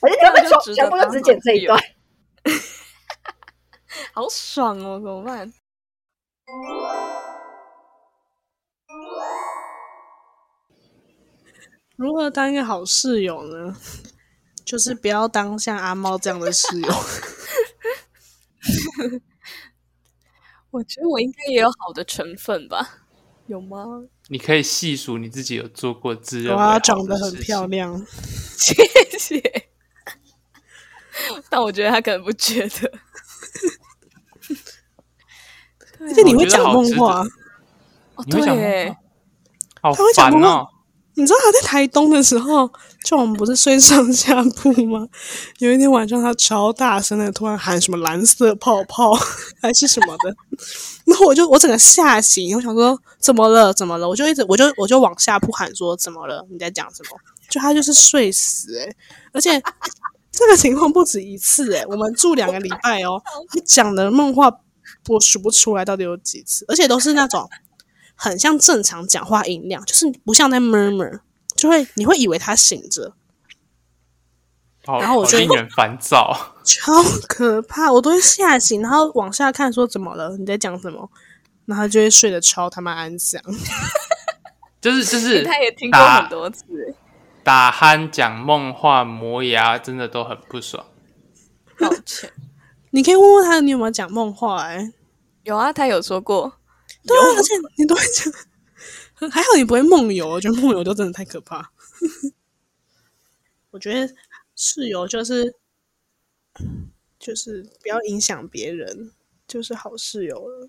[SPEAKER 4] 可是你会不会
[SPEAKER 3] 这样就
[SPEAKER 4] 说
[SPEAKER 3] 值得
[SPEAKER 4] 全部都只剪这一段？
[SPEAKER 3] 好爽哦，怎么办？
[SPEAKER 2] 如何当一个好室友呢？就是不要当像阿猫这样的 室友。
[SPEAKER 3] 我觉得我应该也有好的成分吧？有吗？
[SPEAKER 1] 你可以细数你自己有做过自认为
[SPEAKER 2] 哇，
[SPEAKER 1] 好的
[SPEAKER 2] 长得很
[SPEAKER 1] 事情
[SPEAKER 2] 漂。亮，
[SPEAKER 3] 谢谢。但我觉得他可能不觉得。
[SPEAKER 2] 而且你
[SPEAKER 1] 我
[SPEAKER 2] 会
[SPEAKER 1] 觉得
[SPEAKER 2] 讲
[SPEAKER 1] 好
[SPEAKER 2] 梦
[SPEAKER 1] 值得
[SPEAKER 2] 话。
[SPEAKER 3] 哦，
[SPEAKER 1] 你会想
[SPEAKER 3] 对
[SPEAKER 1] 梦，好
[SPEAKER 2] 他会讲
[SPEAKER 1] 烦
[SPEAKER 2] 梦
[SPEAKER 1] 哦
[SPEAKER 2] 话！你知道他在台东的时候，就我们不是睡上下铺吗？ 有一天晚上，他超大声的突然喊什么“蓝色泡泡” 还是什么的，然后我就我整个吓醒，我想说怎么了怎么了，我就一直我就我就往下铺喊说怎么了你在讲什么？就他就是睡死诶、欸而且这个情况不止一次欸诶、我们住两个礼拜哦，他讲的梦话我数不出来到底有几次，而且都是那种很像正常讲话音量，就是不像在 murmur，就会你会以为他醒着，
[SPEAKER 1] 好
[SPEAKER 2] 然后我
[SPEAKER 1] 好
[SPEAKER 2] 就
[SPEAKER 1] 令人烦躁。
[SPEAKER 2] 超可怕，我都会吓醒，然后往下看说怎么了，你在讲什么，然后他就会睡得超他妈安详。
[SPEAKER 1] 就是就是，
[SPEAKER 3] 他也听过很多次。
[SPEAKER 1] 打鼾、讲梦话、磨牙，真的都很不爽。
[SPEAKER 3] 抱歉，
[SPEAKER 2] 你可以问问他你有没有讲梦话、欸，哎，
[SPEAKER 3] 有啊，他有说过。
[SPEAKER 2] 对啊，而且你都会讲， 还好你不会梦游，我觉得梦游就真的太可怕。 我觉得室友就是就是不要影响别人，就是好室友了，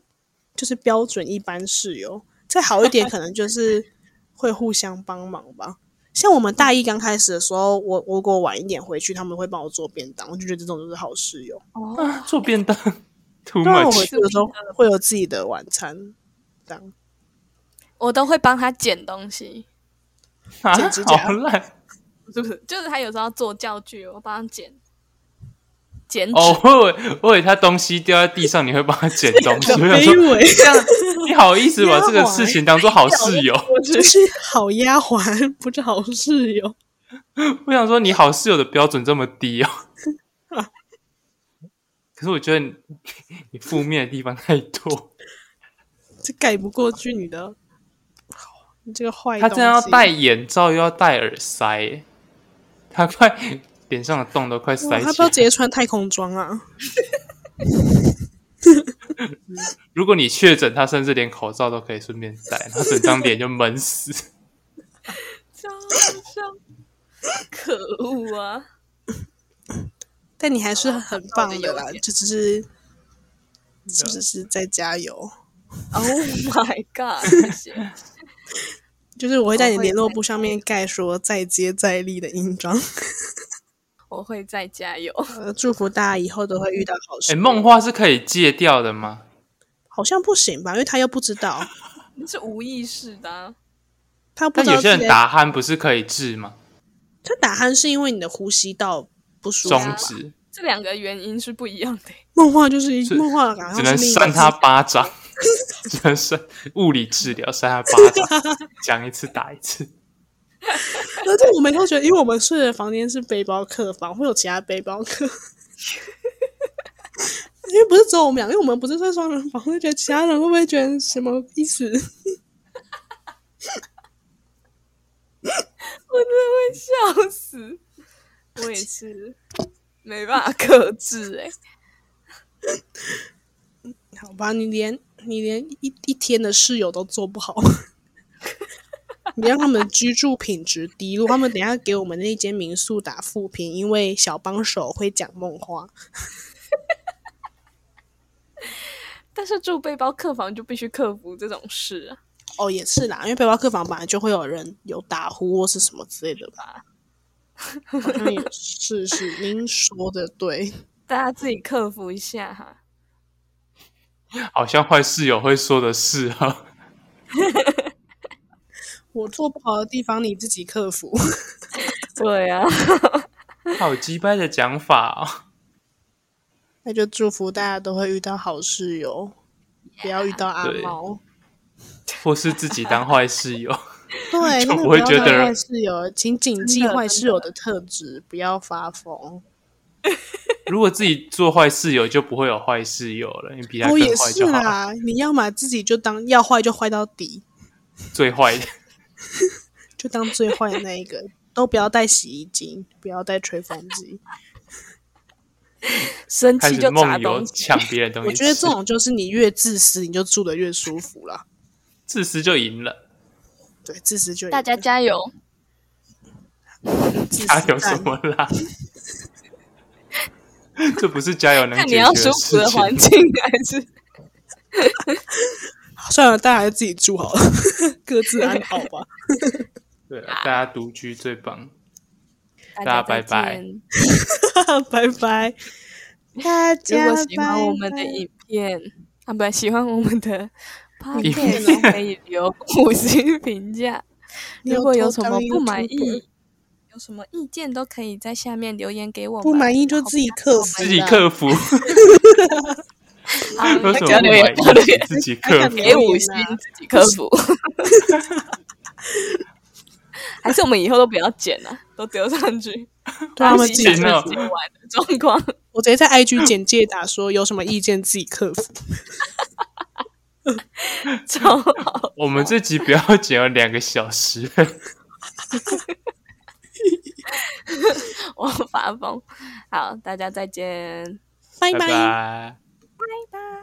[SPEAKER 2] 就是标准一般室友。再好一点，可能就是会互相帮忙吧。像我们大一刚开始的时候，我我如果晚一点回去，他们会帮我做便当，我就觉得这种就是好室友。
[SPEAKER 3] 哦，
[SPEAKER 1] 啊，做便当 ，too
[SPEAKER 2] 当然我回
[SPEAKER 1] much。
[SPEAKER 2] 去的时候会有自己的晚餐，这样。
[SPEAKER 3] 我都会帮他捡东西，
[SPEAKER 1] 啊
[SPEAKER 2] 剪指甲
[SPEAKER 1] 好烂！
[SPEAKER 3] 是不是？就是他有时候要做教具，我帮他捡剪
[SPEAKER 2] 嗯
[SPEAKER 3] 纸。
[SPEAKER 1] 哦，我以为我以为他东西掉在地上，你会帮他捡东 西。我想说，
[SPEAKER 2] 卑微。
[SPEAKER 1] 这 样你好意思把
[SPEAKER 2] 压
[SPEAKER 1] 这个
[SPEAKER 2] 坏
[SPEAKER 1] 事情当做好室友？哦
[SPEAKER 2] 我就是好丫鬟，不是好室友。
[SPEAKER 1] 我想说，你好室友的标准这么低 哦。 可是我觉得你 你负面的地方太多，
[SPEAKER 2] 这盖不过去你的，你这个坏。
[SPEAKER 1] 他真的要戴，眼罩又要戴耳塞耶，他快 脸上的洞都快塞起
[SPEAKER 2] 哇
[SPEAKER 1] 来。
[SPEAKER 2] 他不要直接穿太空装啊！
[SPEAKER 1] 如果你确诊，他甚至连口罩都可以顺便戴，他整张脸就闷 死。
[SPEAKER 3] 超像，可恶啊！
[SPEAKER 2] 但你还
[SPEAKER 1] 啊
[SPEAKER 2] 是很棒的
[SPEAKER 3] 好
[SPEAKER 2] 啦
[SPEAKER 3] 啦，
[SPEAKER 2] 就只是，就只是在加油。
[SPEAKER 3] Oh my god！谢谢。
[SPEAKER 2] 就是我会在你
[SPEAKER 3] 我会
[SPEAKER 2] 联络
[SPEAKER 3] 再
[SPEAKER 2] 簿上面盖说“再接再厉”的印 章。
[SPEAKER 3] 我会再加油。
[SPEAKER 2] 呃，祝福大家以后都会遇到好事。
[SPEAKER 1] 哎、梦话是可以戒掉的吗？
[SPEAKER 2] 好像不行吧？因为他又不知道，
[SPEAKER 3] 那是无意识的啊、
[SPEAKER 2] 他不
[SPEAKER 1] 但
[SPEAKER 2] 知道
[SPEAKER 1] 有些
[SPEAKER 2] 自
[SPEAKER 1] 人
[SPEAKER 2] 己
[SPEAKER 1] 打鼾不是可以治吗？
[SPEAKER 2] 他打鼾是因为你的呼吸道不舒服
[SPEAKER 1] 中
[SPEAKER 2] 吧。
[SPEAKER 1] 指
[SPEAKER 3] 这两个原因是不一样的。
[SPEAKER 2] 梦话就是一
[SPEAKER 1] 是
[SPEAKER 2] 梦话，然后
[SPEAKER 1] 只能
[SPEAKER 2] 是另一
[SPEAKER 1] 扇
[SPEAKER 2] 个
[SPEAKER 1] 他
[SPEAKER 2] 字
[SPEAKER 1] 巴 掌，只能扇物理治疗扇他巴
[SPEAKER 2] 啊
[SPEAKER 1] 掌，讲一次打一次。
[SPEAKER 2] 而且我们都觉得，因为我们睡的房间是背包客房，会有其他背包客。 因为不是只有我们俩，因为我们不是睡双人房，会觉得其他人会不会觉得什么意思？
[SPEAKER 3] 我真的会笑死。我也是没办法克制哎、
[SPEAKER 2] 好吧，你连你连一一天的室友都做不好，你让他们居住品质低落。他们等一下给我们那间民宿打负评，因为小帮手会讲梦话。
[SPEAKER 3] 但是住背包客房就必须克服这种事啊。
[SPEAKER 2] 哦，也是啦，因为背包客房本来就会有人有打呼或是什么之类的吧。好像 也是，是您说的对。
[SPEAKER 3] 大家自己克服一下哈。
[SPEAKER 1] 好像坏室友会说的是哦，
[SPEAKER 2] 我做不好的地方你自己克服。
[SPEAKER 3] 对啊，
[SPEAKER 1] 好鸡掰的讲法哦。
[SPEAKER 2] 那就祝福大家都会遇到好室友，不要遇到阿
[SPEAKER 1] 对
[SPEAKER 2] 猫。
[SPEAKER 1] 或是自己当坏室友，
[SPEAKER 2] 对，
[SPEAKER 1] 就
[SPEAKER 2] 真的
[SPEAKER 1] 不
[SPEAKER 2] 不
[SPEAKER 1] 会
[SPEAKER 2] 要
[SPEAKER 1] 觉
[SPEAKER 2] 当
[SPEAKER 1] 得
[SPEAKER 2] 坏室友，请谨记坏室友的特质，不要发疯。
[SPEAKER 1] 如果自己做坏室友，就不会有坏室友了。你比他
[SPEAKER 2] 哦，
[SPEAKER 1] 更
[SPEAKER 2] 也
[SPEAKER 1] 坏
[SPEAKER 2] 是
[SPEAKER 1] 就好，了，
[SPEAKER 2] 啦，你要嘛自己就当要坏就坏到底，
[SPEAKER 1] 最坏的。
[SPEAKER 2] 就当最坏的那一个，都不要带洗衣机，不要带吹风机。
[SPEAKER 3] 生
[SPEAKER 1] 开
[SPEAKER 3] 气
[SPEAKER 1] 始
[SPEAKER 3] 就砸
[SPEAKER 1] 梦游
[SPEAKER 3] 东西
[SPEAKER 1] 抢，别人东西吃，
[SPEAKER 2] 我觉得这种就是你越自私，你就住的越舒服啦。
[SPEAKER 1] 自私就赢了。
[SPEAKER 2] 对，自私就
[SPEAKER 3] 大家加油！
[SPEAKER 2] 自私
[SPEAKER 1] 加油什
[SPEAKER 2] 蛋
[SPEAKER 1] 么啦？ 这不是加油能
[SPEAKER 3] 看你
[SPEAKER 1] 解决
[SPEAKER 3] 要
[SPEAKER 1] 的
[SPEAKER 3] 舒服
[SPEAKER 1] 事
[SPEAKER 3] 的环
[SPEAKER 1] 情。
[SPEAKER 3] 境还是
[SPEAKER 2] 算了，大家还是自己住好了， 各自安好吧。
[SPEAKER 1] 对啊了，大家独居最棒。
[SPEAKER 3] 大
[SPEAKER 1] 家
[SPEAKER 3] 再
[SPEAKER 1] 拜拜
[SPEAKER 3] 见
[SPEAKER 2] 拜拜，大
[SPEAKER 3] 如
[SPEAKER 2] 家
[SPEAKER 3] 果喜欢我们
[SPEAKER 2] 拜
[SPEAKER 3] 的
[SPEAKER 2] 拜
[SPEAKER 3] 影片啊，不喜欢我们的
[SPEAKER 2] 影
[SPEAKER 3] p o c a
[SPEAKER 2] 片
[SPEAKER 3] s 可以留五星评价。
[SPEAKER 2] 你有
[SPEAKER 3] 如果有
[SPEAKER 2] 偷
[SPEAKER 3] 什
[SPEAKER 2] 当
[SPEAKER 3] 么不满
[SPEAKER 2] YouTuber
[SPEAKER 3] 意，有什么意见都可以在下面留言给我们。
[SPEAKER 2] 不满意就自己克服，
[SPEAKER 1] 自己克服， 有
[SPEAKER 3] 好，大
[SPEAKER 1] 什
[SPEAKER 3] 家
[SPEAKER 1] 么不满
[SPEAKER 3] 啊留言不要留
[SPEAKER 1] 意
[SPEAKER 3] 言，
[SPEAKER 1] 自己
[SPEAKER 2] 还
[SPEAKER 1] 克
[SPEAKER 2] 敢
[SPEAKER 1] 服。
[SPEAKER 3] 给五
[SPEAKER 2] 留言啊
[SPEAKER 3] 星，自己克服。还是我们以后都不要剪了、都丢上去。
[SPEAKER 2] 对啊他们自
[SPEAKER 3] 自己
[SPEAKER 2] 己
[SPEAKER 1] 剪
[SPEAKER 3] 剪
[SPEAKER 1] 了
[SPEAKER 3] 完的状况，
[SPEAKER 2] 我直接在 IG 简介打说有什么意见自己克服。
[SPEAKER 3] 超好。
[SPEAKER 1] 我们这集不要剪了两个小时，
[SPEAKER 3] 我发疯。好，大家再见。
[SPEAKER 2] 拜
[SPEAKER 1] 拜
[SPEAKER 2] 拜。
[SPEAKER 1] 拜。
[SPEAKER 3] 拜拜。